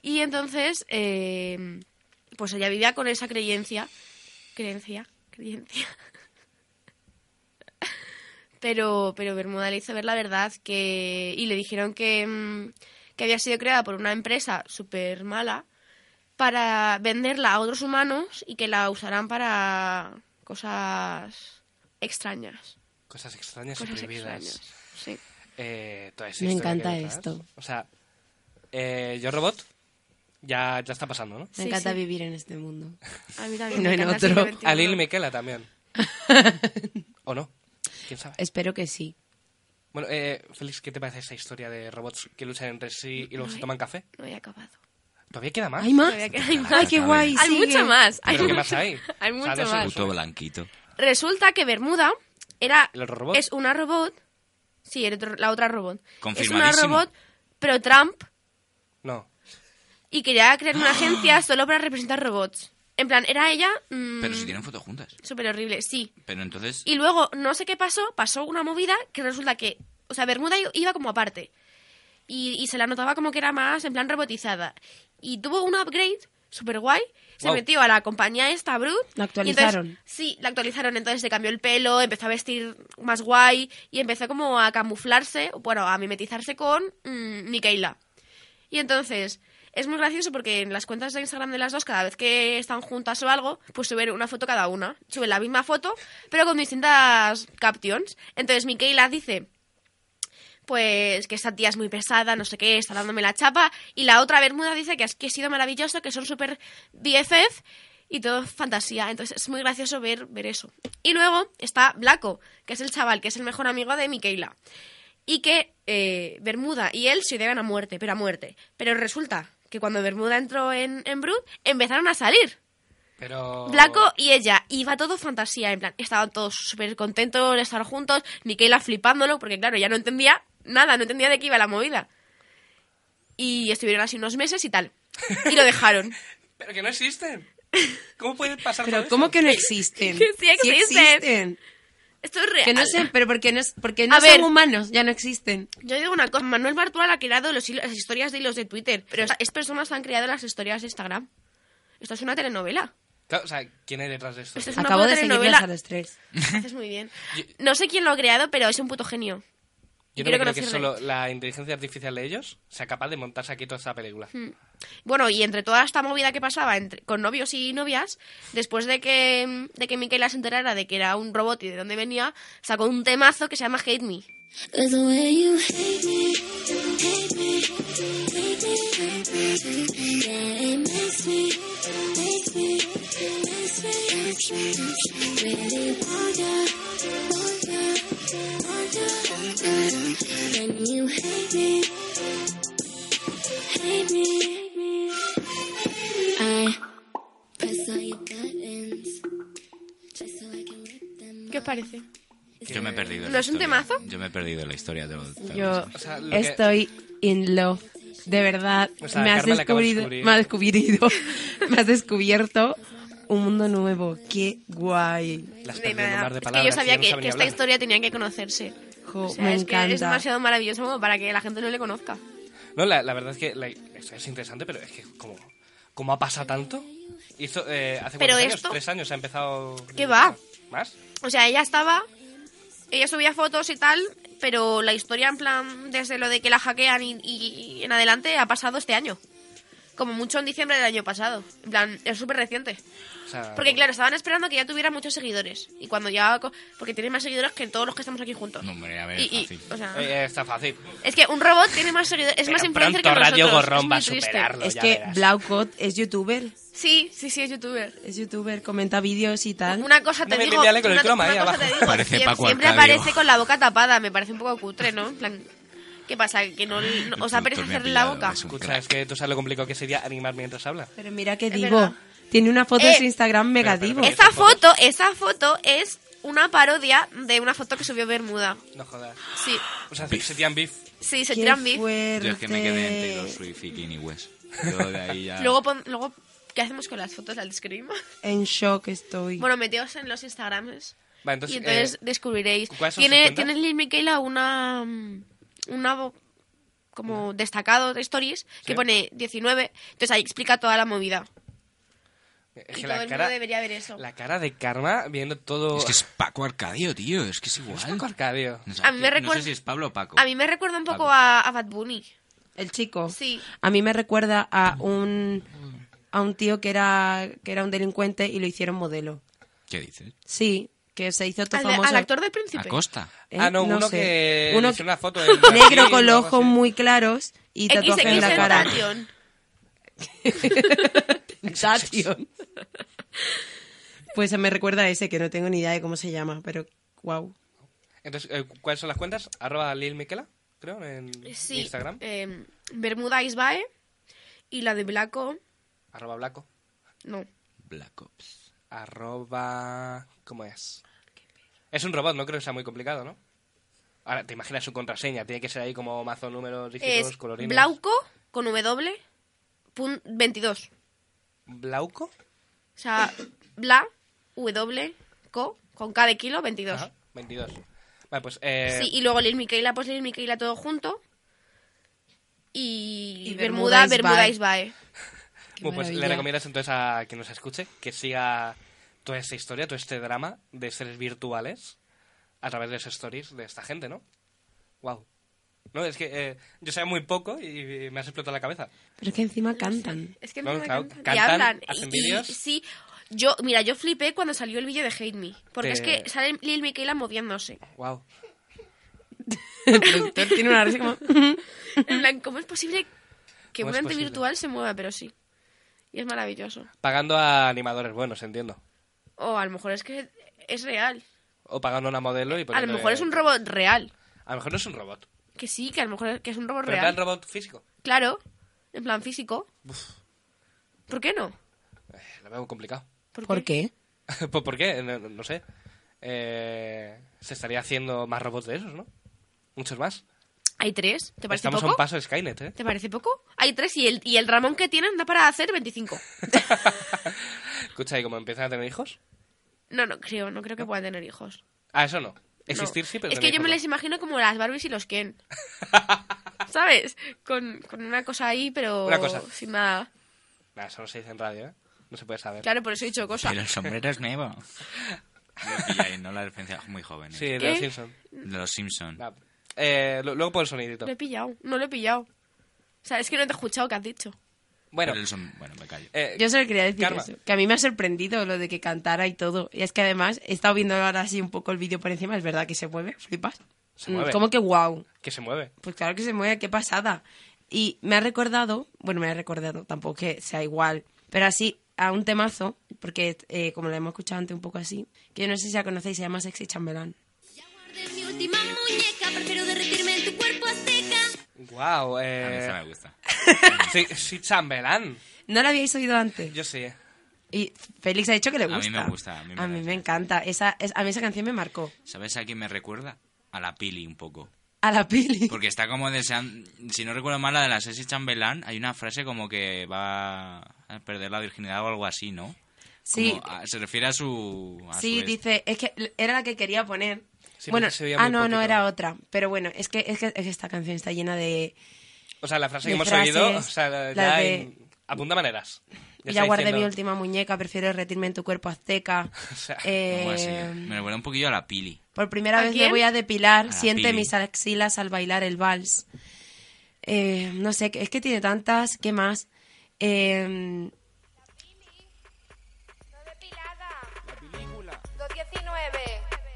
Y entonces, eh, pues ella vivía con esa creencia, creencia, creencia. *laughs* Pero, pero Bermuda le hizo ver la verdad que, y le dijeron que, mm, que había sido creada por una empresa súper mala para venderla a otros humanos y que la usarán para cosas extrañas. Cosas extrañas y Cosas prohibidas. extrañas. Sí. Eh, toda esa Me historia que hay encanta detrás. esto. O sea, eh, Yo Robot ya, ya está pasando, ¿no? Me Sí, encanta sí. vivir en este mundo. A mí también. No me en encanta el otro. siglo XXI. A Lil Miquela *laughs* también. ¿O no? ¿Quién sabe? *laughs* Espero que sí. Bueno, eh, Félix, ¿qué te parece esa historia de robots que luchan entre sí y luego se toman café? No he acabado. Todavía queda más. ¿Hay más? Todavía queda- hay más. ¡Ay, qué guay! Hay sigue. mucho más. Hay ¿Pero qué mucho- más hay? *laughs* Hay O sea, mucho no sé, más. Puto blanquito. Resulta que Bermuda era ¿El robot? es una robot. Sí, el otro- la otra robot. Es una Confirmadísimo. robot, pero Trump No. y quería crear una agencia solo para representar robots. En plan, era ella mm, Pero si tienen fotos juntas. súper horrible, sí. Pero entonces... Y luego, no sé qué pasó, pasó una movida que resulta que, o sea, Bermuda i- iba como aparte. Y, y se la notaba como que era más en plan robotizada. Y tuvo un upgrade súper guay. Se Guau. metió a la compañía esta, Brut. La y entonces- actualizaron. sí, la actualizaron. Entonces se cambió el pelo, empezó a vestir más guay y empezó como a camuflarse, bueno, a mimetizarse con mm, Micaela. Y entonces, es muy gracioso porque en las cuentas de Instagram de las dos, cada vez que están juntas o algo, pues suben una foto cada una. Suben la misma foto, pero con distintas captions. Entonces, Micaela dice, pues que esta tía es muy pesada, no sé qué, está dándome la chapa. Y la otra Bermuda dice que, es, que he sido maravilloso, que son súper BFF y todo fantasía. Entonces, es muy gracioso ver, ver eso. Y luego está Blaco, que es el chaval, que es el mejor amigo de Micaela y que eh, Bermuda y él se odiaban a muerte, pero a muerte. Pero resulta que cuando Bermuda entró en, en Brut, empezaron a salir. Pero... Blanco y ella, iba todo fantasía, en plan, estaban todos súper contentos de estar juntos, Miquela flipándolo, porque claro, ya no entendía nada, no entendía de qué iba la movida. Y estuvieron así unos meses y tal. Y lo *laughs* dejaron. Pero que no existen. ¿Cómo puede pasar todo Pero esto? ¿cómo que no *laughs* existen? Que sí existen. Esto es real. Que no sé, pero porque no, es- porque no A son ver. humanos, ya no existen. Yo digo una cosa, Manuel Bartual ha creado los hilos- las historias de hilos de Twitter, pero es personas que han creado las historias de Instagram. Esto es una *laughs* telenovela. Claro, o sea, ¿quién hay detrás de esto? Esto es una Acabo puta de telenovela. seguirlas a los tres. Haces muy bien. No sé quién lo ha creado, pero es un puto genio. Yo no me quiero creo que conocerle. solo la inteligencia artificial de ellos sea capaz de montarse aquí toda esta película. Mm. Bueno, y entre toda esta movida que pasaba entre- con novios y novias, después de que, de que Miquela se enterara de que era un robot y de dónde venía, sacó un temazo que se llama Hate Me. ¿Qué os parece? Yo me he perdido. ¿No la es un historia. temazo? Yo me he perdido la historia de los... Yo O sea, lo que- estoy in love. De verdad, O sea, me has Carmen la acaba de descubrido, descubrir. me has descubierto, *laughs* me has descubierto un mundo nuevo. Qué guay. Las De perdí en un nada. mar de Es que palabras yo y sabía no que, sabía que esta hablar. historia tenía que conocerse. Jo, O sea, me es que es encanta. demasiado maravilloso como para que la gente no le conozca. No, la, la verdad es que la, la historia es interesante, pero es que como, como ha pasado tanto... Y esto, eh, ¿Hace Pero cuántos esto- años? ¿Tres años ha empezado? ¿Qué va? ¿Más? O sea, ella estaba, ella subía fotos y tal, pero la historia en plan, desde lo de que la hackean y, y en adelante, ha pasado este año. Como mucho en diciembre del año pasado. En plan, es súper reciente. O sea, eh, Porque claro, estaban esperando que ya tuviera muchos seguidores. Y cuando ya... co- Porque tiene más seguidores que todos los que estamos aquí juntos. No, hombre, a ver, Y- y, fácil. o sea, eh, está fácil. es que un robot tiene más seguidores, es Pero más influencer que pronto nosotros. Radio es Gorrón muy va a triste. superarlo. Es ya que verás. Blaucott es youtuber, Sí, sí, sí, es youtuber. es youtuber, comenta vídeos y tal. Una cosa te No me digo, limpiale con el una, croma una ahí cosa abajo. te digo, Parece siem- Paco siempre Arcadio. aparece con la boca tapada, me parece un poco cutre, ¿no? En plan, ¿qué pasa? ¿Que no, no- os El aparece productor me ha hacerle la pillado, boca? es un Escucha, crack. es que tú sabes lo complicado que sería animar mientras habla. Pero mira que Es digo, verdad. tiene una foto en Eh, su Instagram mega pero, divo. pero, Esa ¿Esas fotos? foto, esa foto es una parodia de una foto que subió Bermuda. No jodas. Sí, O sea, se tiran beef. sí, se Qué tiran beef. fuerte. Yo es que me quedé en Taylor Swift y Kanye West. Yo de ahí Ah. ya... *laughs* Luego, pon- luego, ¿qué hacemos con las fotos? ¿Las describimos? En shock estoy. Bueno, meteos en los Instagrams Va, entonces, y entonces eh, descubriréis. ¿cuáles son sus Tiene, cuentas? tiene Lil Miquela una. mm, una bo- como destacado de stories que Sí. pone 19. Entonces ahí explica toda la movida. es Y que todo la el cara, mundo debería ver eso. la cara de Karma viendo todo. Es *laughs* que es Paco Arcadio, tío. Es que es igual. Es Paco Arcadio. No sé, A mí me no sé recuerda- si es Pablo o Paco. A mí me recuerda un poco Paco. a, a Bad Bunny. El chico. Sí. A mí me recuerda a un a un tío que era que era un delincuente y lo hicieron modelo. ¿Qué dices? Sí, que se hizo todo Al, de- famoso. al actor del príncipe. Acosta. ¿eh? Ah, no, uno sé. que Uno le hizo una foto del Brasil *laughs* negro con o los algo ojos así. muy claros y tatuaje en la cara. *laughs* Tentacion. Tentación. Pues se me recuerda a ese que no tengo ni idea de cómo se llama, pero wow. Entonces, eh, ¿cuáles son las cuentas? Arroba Lil Miquela, creo, en Sí. Instagram. eh, Bermuda Isbae y la de Blanco. Arroba Blaco. No. Black Ops. Arroba... ¿Cómo es? Es un robot, no creo que sea muy complicado, ¿no? Ahora, te imaginas su contraseña. Tiene que ser ahí como mazo números, dígitos, Es colorines. Blauco con W pun- 22. ¿Blauco? O sea, Bla, W, Co, con K de kilo, 22. Ajá, 22. Vale, pues... Eh, Sí, y luego Lil Miquela, pues Lil Miquela todo junto. Y, Y Bermuda, Bermuda Is Bermuda Bae. Isbae. Qué Bueno, pues le maravilla. recomiendas entonces a quien nos escuche que siga toda esta historia, todo este drama de seres virtuales a través de las stories de esta gente, ¿no? Wow. No, es que eh, yo sabía muy poco y me has explotado la cabeza. Pero es que encima cantan. Es que No, encima claro, cantan. cantan, y hablan. hacen y- y- vídeos. sí, yo, mira, yo flipé cuando salió el vídeo de Hate Me. Te- Porque es que sale Lil *laughs* Miquela moviéndose. Wow. El productor tiene una risa *laughs* como... En plan, ¿cómo es posible que ¿Cómo un es ente posible? virtual se mueva? Pero sí. Y es maravilloso. Pagando a animadores buenos, entiendo. O a lo mejor es que es real. O pagando a una modelo y A lo poniéndole- mejor es un robot real. A lo mejor no es un robot. Que sí, que a lo mejor es, que es un robot Pero era el real. robot físico. Claro, en plan físico. ¿Por qué no? Eh, lo veo complicado. *laughs* ¿Por qué? pues ¿por qué? No, no sé. Eh, se estaría haciendo más robots de esos, ¿no? Muchos más. ¿Hay tres? ¿Te parece Estamos a poco? un paso de Skynet, ¿eh? ¿Te parece poco? Hay tres y el, y el Ramón que tienen da para hacer 25. *laughs* Escucha, ¿y cómo empiezan a tener hijos? No, no creo, no creo que puedan tener hijos. Ah, eso no. No. Existir sí, pero Es que tener yo me hijos les imagino como las Barbies y los Ken. *laughs* ¿Sabes? Con, con una cosa ahí, pero Una cosa. sin nada. no. Nah, eso no se dice en radio, ¿eh? No se puede saber. Claro, por eso he dicho cosa. *laughs* Pero el sombrero es nuevo. Lo pilláis, ¿no? La referencia muy joven. ¿eh? Sí, de ¿Qué? los Simpsons. De los Simpsons. Nah. Eh, lo- luego por el sonidito. Lo he pillado, no lo he pillado. O sea, es que no te he escuchado que has dicho. Bueno, bueno, me callo. eh, Yo solo quería decir Karma. eso, que a mí me ha sorprendido lo de que cantara y todo. Y es que además he estado viendo ahora así un poco el vídeo por encima, es verdad que se mueve, flipas. Se mueve. Como que wow. que se mueve. Pues claro que se mueve, qué pasada. Y me ha recordado, bueno, me ha recordado, tampoco que sea igual, pero así a un temazo, porque eh, como lo hemos escuchado antes un poco así, que yo no sé si la conocéis, se llama Sexy Chambelán. Eres mi última muñeca, prefiero derretirme en tu cuerpo seca. Wow, A mí esa eh... me gusta. Sí, sí, chambelán. ¿No la habíais oído antes? Yo sí. eh. Y Félix ha dicho que le A mí gusta. me gusta, a mí me gusta. encanta. Esa, es- a mí esa canción me marcó. ¿Sabes a quién me recuerda? A la Pili un poco. A la pili. Porque está como deseando... Si no recuerdo mal, la de la Sesi Chambelán, hay una frase como que va a perder la virginidad o algo así, ¿no? Sí. Como a- se refiere a su... a Sí, su- dice, es que l- era la que quería poner. Sí, bueno, pero se veía ah, muy no, poquito. no era otra. Pero bueno, es que, es que es que esta canción está llena de. O sea, la frase De que hemos frases, oído, o sea, la- la ya de- en- apunta maneras. Ya, está guardé mi diciendo- última muñeca, prefiero derretirme en tu cuerpo azteca. sea, Eh, algo así. Me recuerda un poquillo a la Pili. por primera ¿A vez quién? me voy a depilar, la siente Pili. mis axilas al bailar el vals. Eh, no sé, es que tiene tantas, ¿qué más? Eh, No depilada. La película.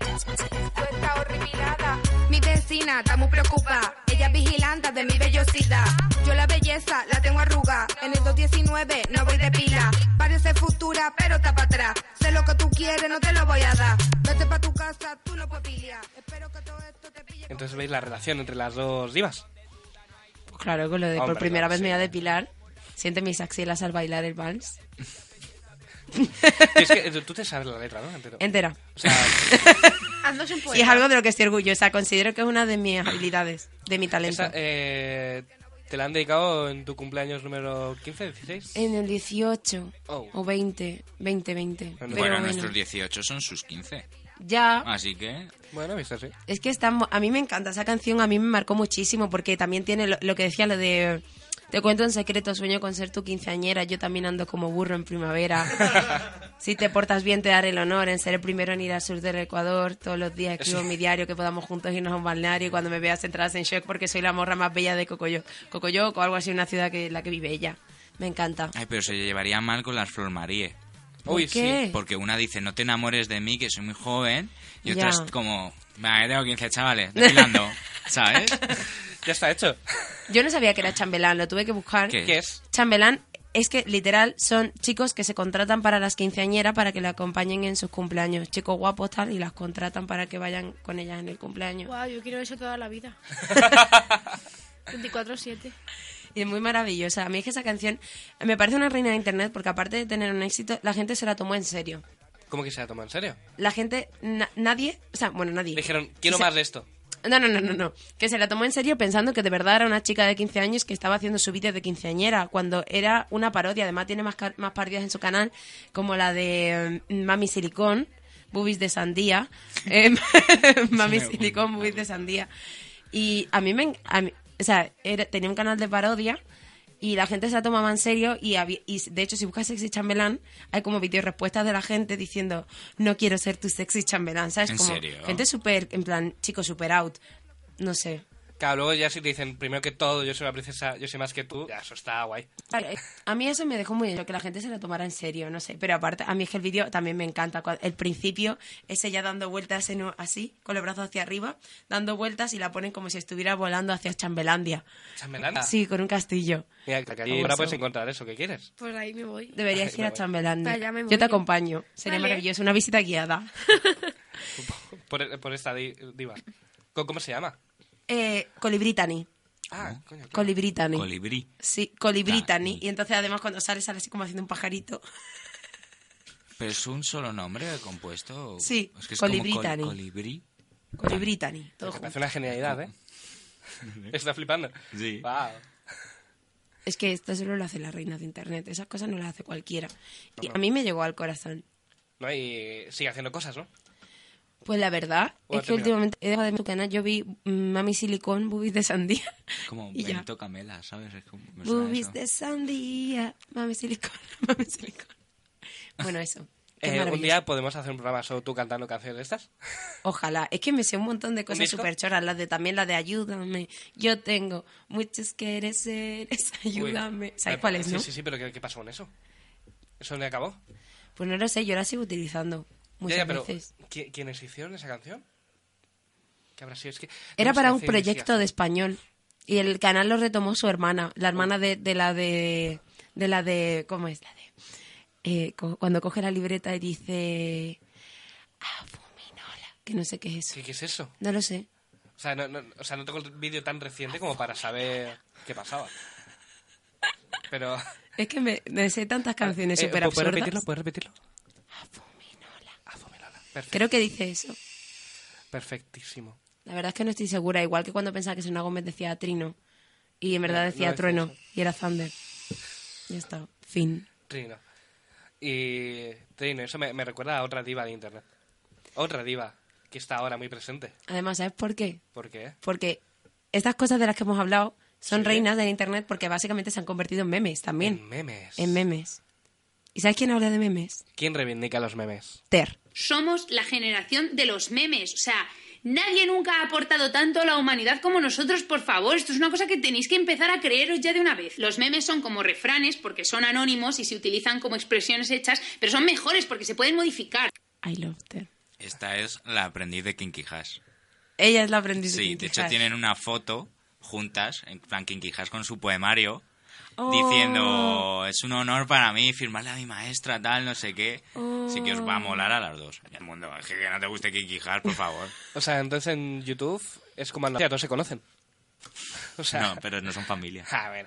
219. Tú estás horripilada. Mi vecina está muy preocupada. Ella es vigilante de mi vellosidad. Yo la belleza la tengo arruga. En el 219 no voy de pila. Parece futura, pero está para atrás. Sé lo que tú quieres, no te lo voy a dar. Vete pa' tu casa, tú no puedes piliar. Espero que todo esto te pille. Entonces veis la relación entre las dos divas. *laughs* pues claro, con lo de por Hombre, primera no, vez sí. me voy a depilar, siente mis axilas al bailar el vals. Y es que eh, tú te sabes la letra, ¿no? Entero. Entera. O sea, Ando sin Pues Y es algo de lo que estoy orgullosa. Considero que es una de mis habilidades, de mi talento. esa, eh, te la han dedicado en tu cumpleaños número 15, 16. En el 18 Oh. o 20, 20, 20. Pero Bueno, bueno, bueno, nuestros Ah. 18 son sus 15. ya. Así que... Bueno, visto así. Es que está, mo- a mí me encanta esa canción, a mí me marcó muchísimo porque también tiene lo, lo que decía lo de te cuento en secreto, sueño con ser tu quinceañera, yo también ando como burro en primavera. si te portas bien te daré el honor en ser el primero en ir al sur del Ecuador, todos los días escribo en mi diario que podamos juntos irnos a un balneario y cuando me veas entras en shock porque soy la morra más bella de Cocoyo, Cocoyoc o algo así, una ciudad que la que vive ella. Me encanta. Ay, pero se llevaría mal con las Flor Marie. Uy, qué? sí. Porque una dice, no te enamores de mí, que soy muy joven. Y Ya. otra es como, vale, tengo 15 *laughs* chavales, desfilando, ¿sabes? Ya está hecho. Yo no sabía que era chambelán, lo tuve que buscar. ¿Qué? ¿Qué es? Chambelán es que literal son chicos que se contratan para las quinceañeras para que la acompañen en sus cumpleaños. Chicos guapos tal y las contratan para que vayan con ellas en el cumpleaños. Guau, yo quiero eso toda la *laughs* vida. 24-7. Y es muy maravillosa. A mí es que esa canción me parece una reina de internet porque aparte de tener un éxito, la gente se la tomó en serio. ¿Cómo que se la tomado en serio? La gente, na- nadie, o sea, bueno, nadie. Le dijeron, quiero Se- más de esto. No, no, no, no, no. Que se la tomó en serio pensando que de verdad era una chica de 15 años que estaba haciendo su vídeo de quinceañera, cuando era una parodia. Además, tiene más, ca- más parodias en su canal, como la de mm, Mami Silicón, Boobies de Sandía. em, *laughs* Mami Silicón, Boobies de Sandía. Y a mí me. en- a mí- o sea, era- tenía un canal de parodia. Y la gente se la tomaba en serio y, había- y de hecho si buscas sexy chambelán hay como video respuestas de la gente diciendo no quiero ser tu sexy chambelán, ¿sabes? ¿En como serio? gente súper, en plan, chico súper out. No sé. Claro, luego ya si te dicen, primero que todo, yo soy una princesa, yo soy más que tú, ya, eso está guay. Vale, A mí eso me dejó muy bien, que la gente se lo tomara en serio, no sé. Pero aparte, a mí es que el vídeo también me encanta. Cua- El principio es ella dando vueltas en o- así, con los brazos hacia arriba, dando vueltas y la ponen como si estuviera volando hacia Chambelandia. Chambelán. Sí, con un castillo. Mira, y ahora puedes encontrar eso que quieres. Pues ahí me voy. Deberías Ay, ir me a voy. Chambelandia. Vaya, me voy Yo te yo. acompaño. Sería Vale. maravilloso. Una visita *laughs* guiada. Por, por esta di- diva. Co- ¿Cómo se llama? Eh, Colibritani. Ah, coño. claro. Colibritani. Colibrí. sí, Colibritani. Ah, y- Y entonces además cuando sale, sale así como haciendo un pajarito. ¿Pero es un solo nombre compuesto? Sí, Es que es como Colibrí col- Tani. colibrí. Colibritani. Todo Me junto. parece una genialidad, *laughs* ¿eh? Está flipando. Sí. Wow. Es que esto solo lo hace la reina de internet, esas cosas no las hace cualquiera. Y a mí me llegó al corazón. No, y sigue haciendo cosas, ¿no? Pues la verdad Bueno, es termina. que últimamente he dejado de ver tu canal, yo vi mm, Mami Silicón, Boobies de Sandía. Como y ya. Benito Camela, ¿sabes? Es como, me suena Boobies eso. de Sandía, Mami Silicón, *laughs* Mami Silicón. Bueno, eso. Qué Eh, un maravilloso. día podemos hacer un programa solo tú cantando canciones de estas. Ojalá. Es que me sé un montón de cosas disco? súper choras. Las de también la de Ayúdame. Yo tengo muchos quereres, *laughs* seres, Uy. ayúdame. ¿Sabes Eh, cuál es, Sí, no? sí, sí, pero ¿qué, qué pasó con eso? ¿Eso dónde acabó? Pues no lo sé, yo la sigo utilizando muchas ya, ya, pero veces. ¿qui- ¿quiénes hicieron esa canción? ¿Qué habrá sido? Es que... Era tenemos que para un hacer proyecto investigación. de español. Y el canal lo retomó su hermana, la hermana de, de la de. de la de. ¿Cómo es? La de. eh, co- cuando coge la libreta y dice. Abuminola. Que no sé qué es eso. ¿Qué, qué es eso? No lo sé. O sea, no, no- o sea, no tengo el vídeo tan reciente como para saber qué pasaba. Pero... Es que me, me sé tantas *laughs* canciones Eh, súper ¿pu- ¿Puedes absurdas. repetirlo? ¿Puedes repetirlo? Abuminola. Afumilala. Perfecto, Creo que dice eso. perfectísimo. La verdad es que no estoy segura. Igual que cuando pensaba que Sena Gómez decía Trino. Y en verdad No, no decía decía Trueno. eso. Y era Thunder. Ya está. Fin. Trino. Y Trino, eso me, me recuerda a otra diva de internet. Otra diva que está ahora muy presente. Además, ¿sabes por qué? ¿Por qué? porque estas cosas de las que hemos hablado son Sí. reinas del internet porque básicamente se han convertido en memes también. En Mm. memes. En memes. ¿Y sabes quién habla de memes? ¿Quién reivindica los memes? Ter. Somos la generación de los memes. O sea, nadie nunca ha aportado tanto a la humanidad como nosotros, por favor. Esto es una cosa que tenéis que empezar a creeros ya de una vez. Los memes son como refranes porque son anónimos y se utilizan como expresiones hechas, pero son mejores porque se pueden modificar. I love Ter. Esta es la aprendiz de Kinky Hash. Ella es la aprendiz de Sí, Kinky de hecho Hash. tienen una foto juntas, en plan Kinky Hash con su poemario, Oh. diciendo, es un honor para mí firmarle a mi maestra, tal, no sé qué. Sí que os va a molar a las dos. Y El mundo, es que no te guste Kinky Hash, *laughs* por favor. O sea, entonces en YouTube es como Andalucía, no se conocen. *laughs* O sea, *laughs* No, pero no son familia. a ver.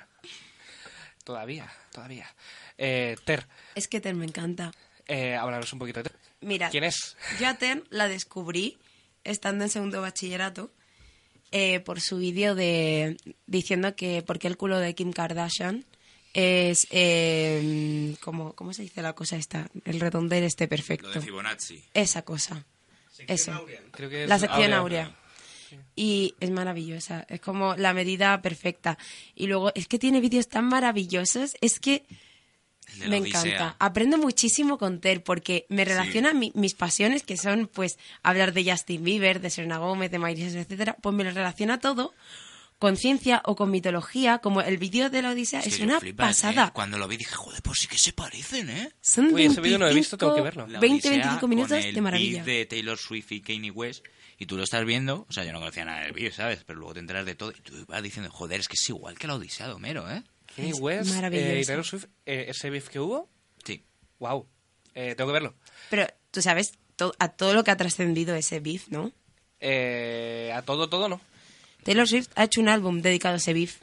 Todavía, todavía. Eh, Ter, Es que Ter me encanta. eh, háblanos un poquito de Ter. Mira, ¿Quién es? yo a Ter la descubrí estando en segundo bachillerato eh, por su vídeo de diciendo que porque el culo de Kim Kardashian es eh, como cómo se dice la cosa esta el redondel esté perfecto Lo de Fibonacci. esa cosa. Eso. Creo que es La sección Aurea. áurea. Y es maravillosa, es como la medida perfecta. Y luego es que tiene vídeos tan maravillosos, es que El de la me Odisea. encanta. Aprendo muchísimo con Ter porque me relaciona mi- mis pasiones, que son pues hablar de Justin Bieber, de Serena Gómez, de Miley Cyrus, etcétera, pues me lo relaciona todo con ciencia o con mitología, como el vídeo de la Odisea, es, que yo una flipas, pasada. ¿eh? Cuando lo vi dije, joder, pues sí que se parecen, ¿eh? Son Oye, ese vídeo no lo he visto, tengo que verlo. La 20, Odisea 25 minutos con el de maravilla. beef de Taylor Swift y Kanye West y tú lo estás viendo, o sea, yo no conocía nada del vídeo, ¿sabes? Pero luego te enteras de todo y tú vas diciendo, joder, es que es igual que la Odisea de Homero, ¿eh? Kanye West eh, y maravilloso. Taylor Swift, eh, ese beef que hubo, Sí. wow, tengo que verlo. Pero tú sabes to- a todo lo que ha trascendido ese beef, ¿no? Eh, a todo, todo no. Taylor Swift ha hecho un álbum dedicado a ese beef.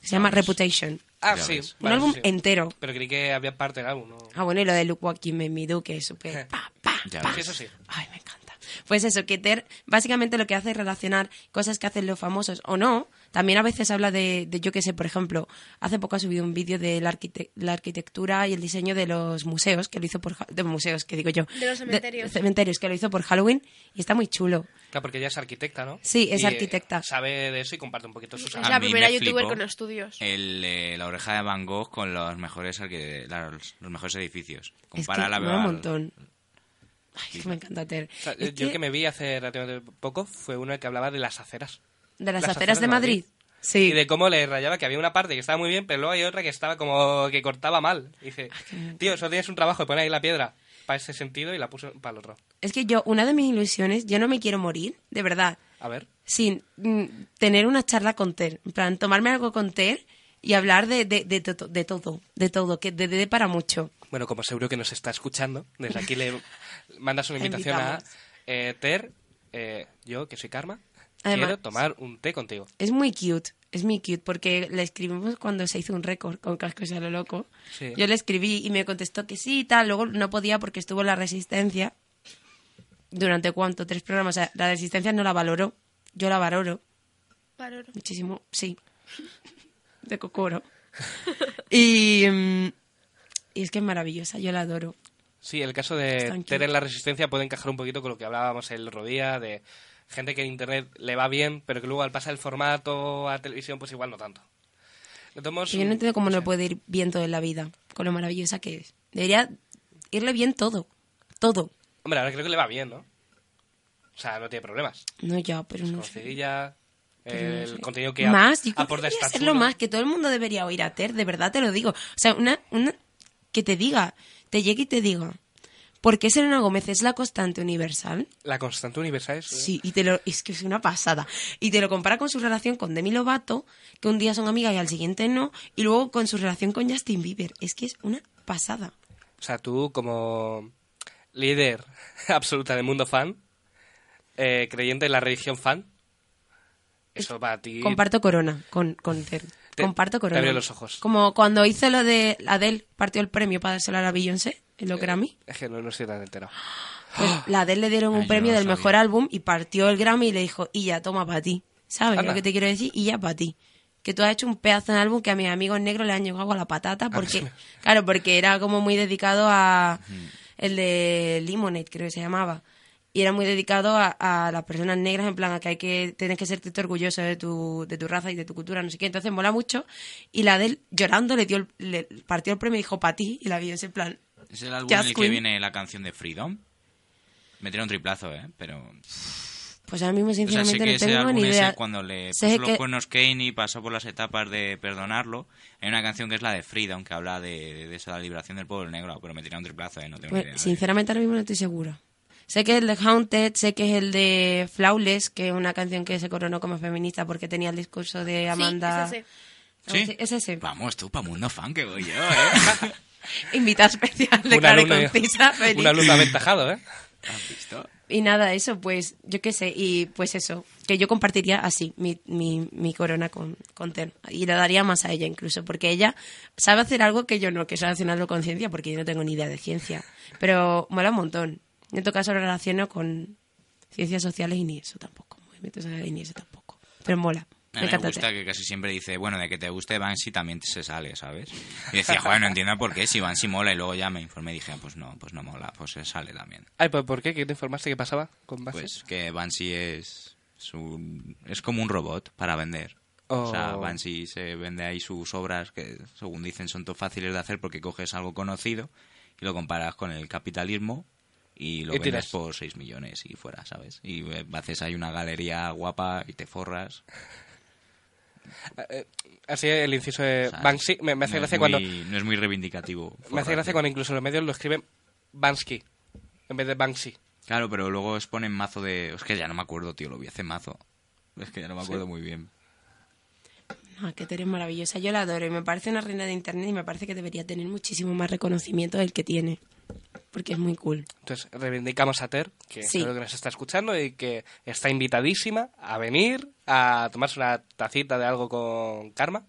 que Se llama Reputation. Ah, sí. Un vale, álbum sí, sí. entero. Pero creí que había parte del álbum, ¿no? Ah, bueno, y lo de Look What You Made Me Do, que es súper... pa, pa, Ya pa. Sí, eso sí. Ay, me encanta. Pues eso, que Ter básicamente lo que hace es relacionar cosas que hacen los famosos o no. También a veces habla de, de, yo qué sé, por ejemplo, hace poco ha subido un vídeo de la, arquite- la arquitectura y el diseño de los museos, que lo hizo por... ha- De museos, que digo yo. De los cementerios. cementerios, que lo hizo por Halloween y está muy chulo. Claro, porque ella es arquitecta, ¿no? Sí, es eh, arquitecta. sabe de eso y comparte un poquito sus Es Pues A la mí me primera youtuber flipó. con estudios. El, eh, la oreja de Van Gogh con los mejores, arque- la- los mejores edificios. Compara es que la mola un montón. Ay, es que me encanta Ter. O sea, Es yo el que que me vi hace relativamente poco fue uno que hablaba de las aceras. de las, aceras de Madrid. Sí. Y de cómo le rayaba que había una parte que estaba muy bien, pero luego hay otra que estaba como que cortaba mal. Y Ah, dice, tío, solo tienes un trabajo de poner ahí la piedra para ese sentido y la puso para el otro. Es que yo, una de mis ilusiones, yo no me quiero morir, de verdad, A ver. sin mm, tener una charla con Ter. En plan, tomarme algo con Ter y hablar de, de, de, to- de todo, de todo, que de, de para mucho. Bueno, como seguro que nos está escuchando, desde aquí *laughs* le mandas una Le invitación a invitamos. eh, Ter, eh, yo que soy Karma, Además- quiero tomar un té contigo. Es muy cute, es muy cute, porque le escribimos cuando se hizo un récord con Cascos a lo loco. Sí. Yo le escribí y me contestó que sí y tal, luego no podía porque estuvo en la resistencia. ¿Durante cuánto? Tres programas. O sea, la resistencia no la valoró, yo la valoro. Paroro. Muchísimo, sí. De cocoro. *laughs* Y, mm, y es que es maravillosa, yo la adoro. Sí, el caso de Thank Ter you. en la resistencia puede encajar un poquito con lo que hablábamos el otro día de gente que en internet le va bien, pero que luego al pasar el formato a televisión, pues igual no tanto. De todos modos, Que yo no entiendo cómo no puede ir bien todo en la vida, con lo maravillosa que es. Debería irle bien todo, todo. Hombre, ahora creo que le va bien, ¿no? O sea, no tiene problemas. No ya, pero no Con sé. Cedilla, pero no el sé. contenido que más, yo creo que aporta debería esta hacerlo más, que todo el mundo debería oír a Ter, de verdad te lo digo. O sea, una, una que te diga, te llegue y te diga, ¿por qué Selena Gómez es la constante universal? La constante universal es... Sí, y te lo, es que es una pasada. Y te lo compara con su relación con Demi Lovato, que un día son amigas y al siguiente no, y luego con su relación con Justin Bieber. Es que es una pasada. O sea, tú como líder *laughs* absoluta del mundo fan, eh, creyente en la religión fan, eso para ti... Comparto corona con, con Ter. Te- Comparto te corona. abrió los ojos. Como cuando hizo lo de Adele, partió el premio para dárselo a la Beyoncé, en lo Eh, Grammy. Es que no, no estoy tan enterado. Pues *gasps* la Adele le dieron Ah, un yo premio no lo del sabía. mejor álbum y partió el Grammy y le dijo, y ya, toma para ti. ¿Sabes Anda. lo que te quiero decir? Y ya para ti. Que tú has hecho un pedazo de álbum que a mis amigos negros le han llegado a la patata *laughs* porque, claro, porque era como muy dedicado a el de Limonade, creo que se llamaba. Y era muy dedicado a, a las personas negras, en plan, a que hay que, tienes que serte tú orgulloso de tu, de tu raza y de tu cultura, no sé qué. Entonces mola mucho. Y la Adele, llorando, le dio el- le partió el premio y dijo, para ti. Y la Beyoncé, en plan, Es el álbum Jazz en el que Queen. viene la canción de Freedom. Me tiene un triplazo, ¿eh? Pero Pues ahora mismo, O sea, sé sinceramente, que no ese tengo álbum ni ese, idea. cuando le Sé puso los que- cuernos Kane y pasó por las etapas de perdonarlo, hay una canción que es la de Freedom, que habla de, de esa liberación del pueblo negro, pero me tira un triplazo, ¿eh? No tengo Pues, ni idea. sinceramente, ahora mismo no estoy segura. Sé que es el de Haunted, sé que es el de Flawless, que es una canción que se coronó como feminista porque tenía el discurso de Amanda. Sí, es ese. ¿Sí? Es ese. Vamos, tú, pa' mundo fan que voy yo, *laughs* ¿eh? Invitada especial *laughs* de Una Clara y luna, Concisa, feliz. *laughs* una luna aventajado, ¿eh? ¿Has visto? Y nada, eso, pues, yo qué sé, y pues eso, que yo compartiría así mi, mi, mi corona con, con Ten. Y la daría más a ella incluso, porque ella sabe hacer algo que yo no, que es relacionarlo con ciencia, porque yo no tengo ni idea de ciencia. Pero mola un montón. Yo en todo caso lo relaciono con ciencias sociales y ni eso tampoco, movimientos sociales y ni eso tampoco. Pero mola, A me mí me encanta. gusta Ter. que casi siempre dice, bueno, de que te guste Bansi también se sale, ¿sabes? Y decía, joder, no entiendo por qué, si Bansi mola, y luego ya me informé y dije, ah, pues no, pues no mola, pues se sale también. Ay, pues ¿por qué? ¿Qué te informaste que pasaba con base? Pues que Banshee es, es, un- es como un robot para vender. O sea, Oh. Banshee se vende ahí sus obras que, según dicen, son tan fáciles de hacer porque coges algo conocido y lo comparas con el capitalismo y lo Y vendes tiras. por 6 millones y fuera, ¿sabes? Y eh, haces ahí una galería guapa y te forras. Eh, Así el inciso de sea, Banksy Eh, me, me hace no gracia es cuando muy- no es muy reivindicativo. me hace forrarte. gracia cuando incluso los medios lo escriben Bansky en vez de Banksy. Claro, pero luego os ponen mazo de... Es que ya no me acuerdo, tío, lo vi hace mazo. Es que ya no me acuerdo muy bien. No, es Ah, que tú eres maravillosa, yo la adoro y me parece una reina de internet y me parece que debería tener muchísimo más reconocimiento del que tiene, porque es muy cool. Entonces reivindicamos a Ter, que Sí. creo que nos está escuchando y que está invitadísima a venir a tomarse una tacita de algo con Karma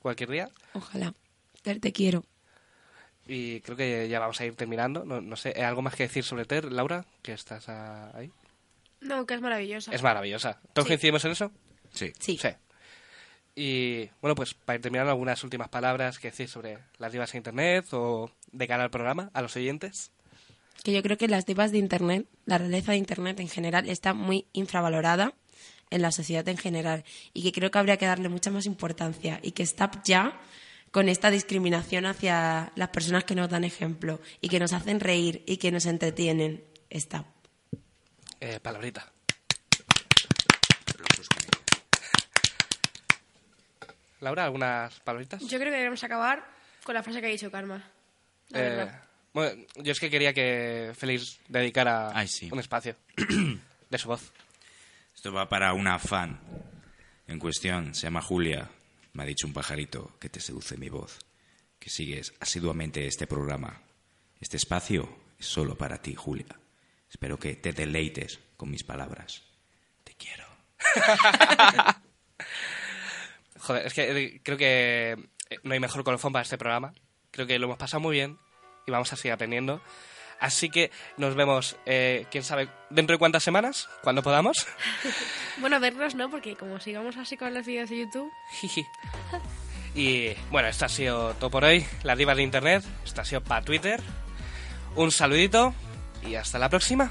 cualquier día. Ojalá. Ter, te quiero. Y creo que ya vamos a ir terminando. No, no sé, ¿eh, ¿algo más que decir sobre Ter, Laura? Que estás ah, ahí. No, que es maravillosa. Es maravillosa. ¿Todos Sí. coincidimos en eso? Sí. Sí. Y bueno, pues para ir terminando, algunas últimas palabras que decir sobre las divas en Internet o de cara al programa, a los oyentes. que yo creo que las divas de Internet, la realeza de Internet en general, está muy infravalorada en la sociedad en general y que creo que habría que darle mucha más importancia y que está ya con esta discriminación hacia las personas que nos dan ejemplo y que nos hacen reír y que nos entretienen. Está. Eh, palabrita. Laura, ¿algunas palabritas? Yo creo que debemos acabar con la frase que ha dicho Karma. La Eh, verdad. bueno, yo es que quería que Félix dedicara Ay, sí. un *clears throat* espacio de su voz. Esto va para una fan en cuestión, se llama Julia. Me ha dicho un pajarito que te seduce mi voz, que sigues asiduamente este programa. Este espacio es solo para ti, Julia. Espero que te deleites con mis palabras. Joder, es que eh, creo que eh, no hay mejor colofón para este programa. Creo que lo hemos pasado muy bien y vamos a seguir aprendiendo. Así que nos vemos, eh, quién sabe, dentro de cuántas semanas, cuando podamos. *laughs* Bueno, vernos no, porque como sigamos así con los vídeos de YouTube, Jiji. y bueno, esto ha sido todo por hoy. Las divas de internet. Esto ha sido para Twitter. Un saludito y hasta la próxima.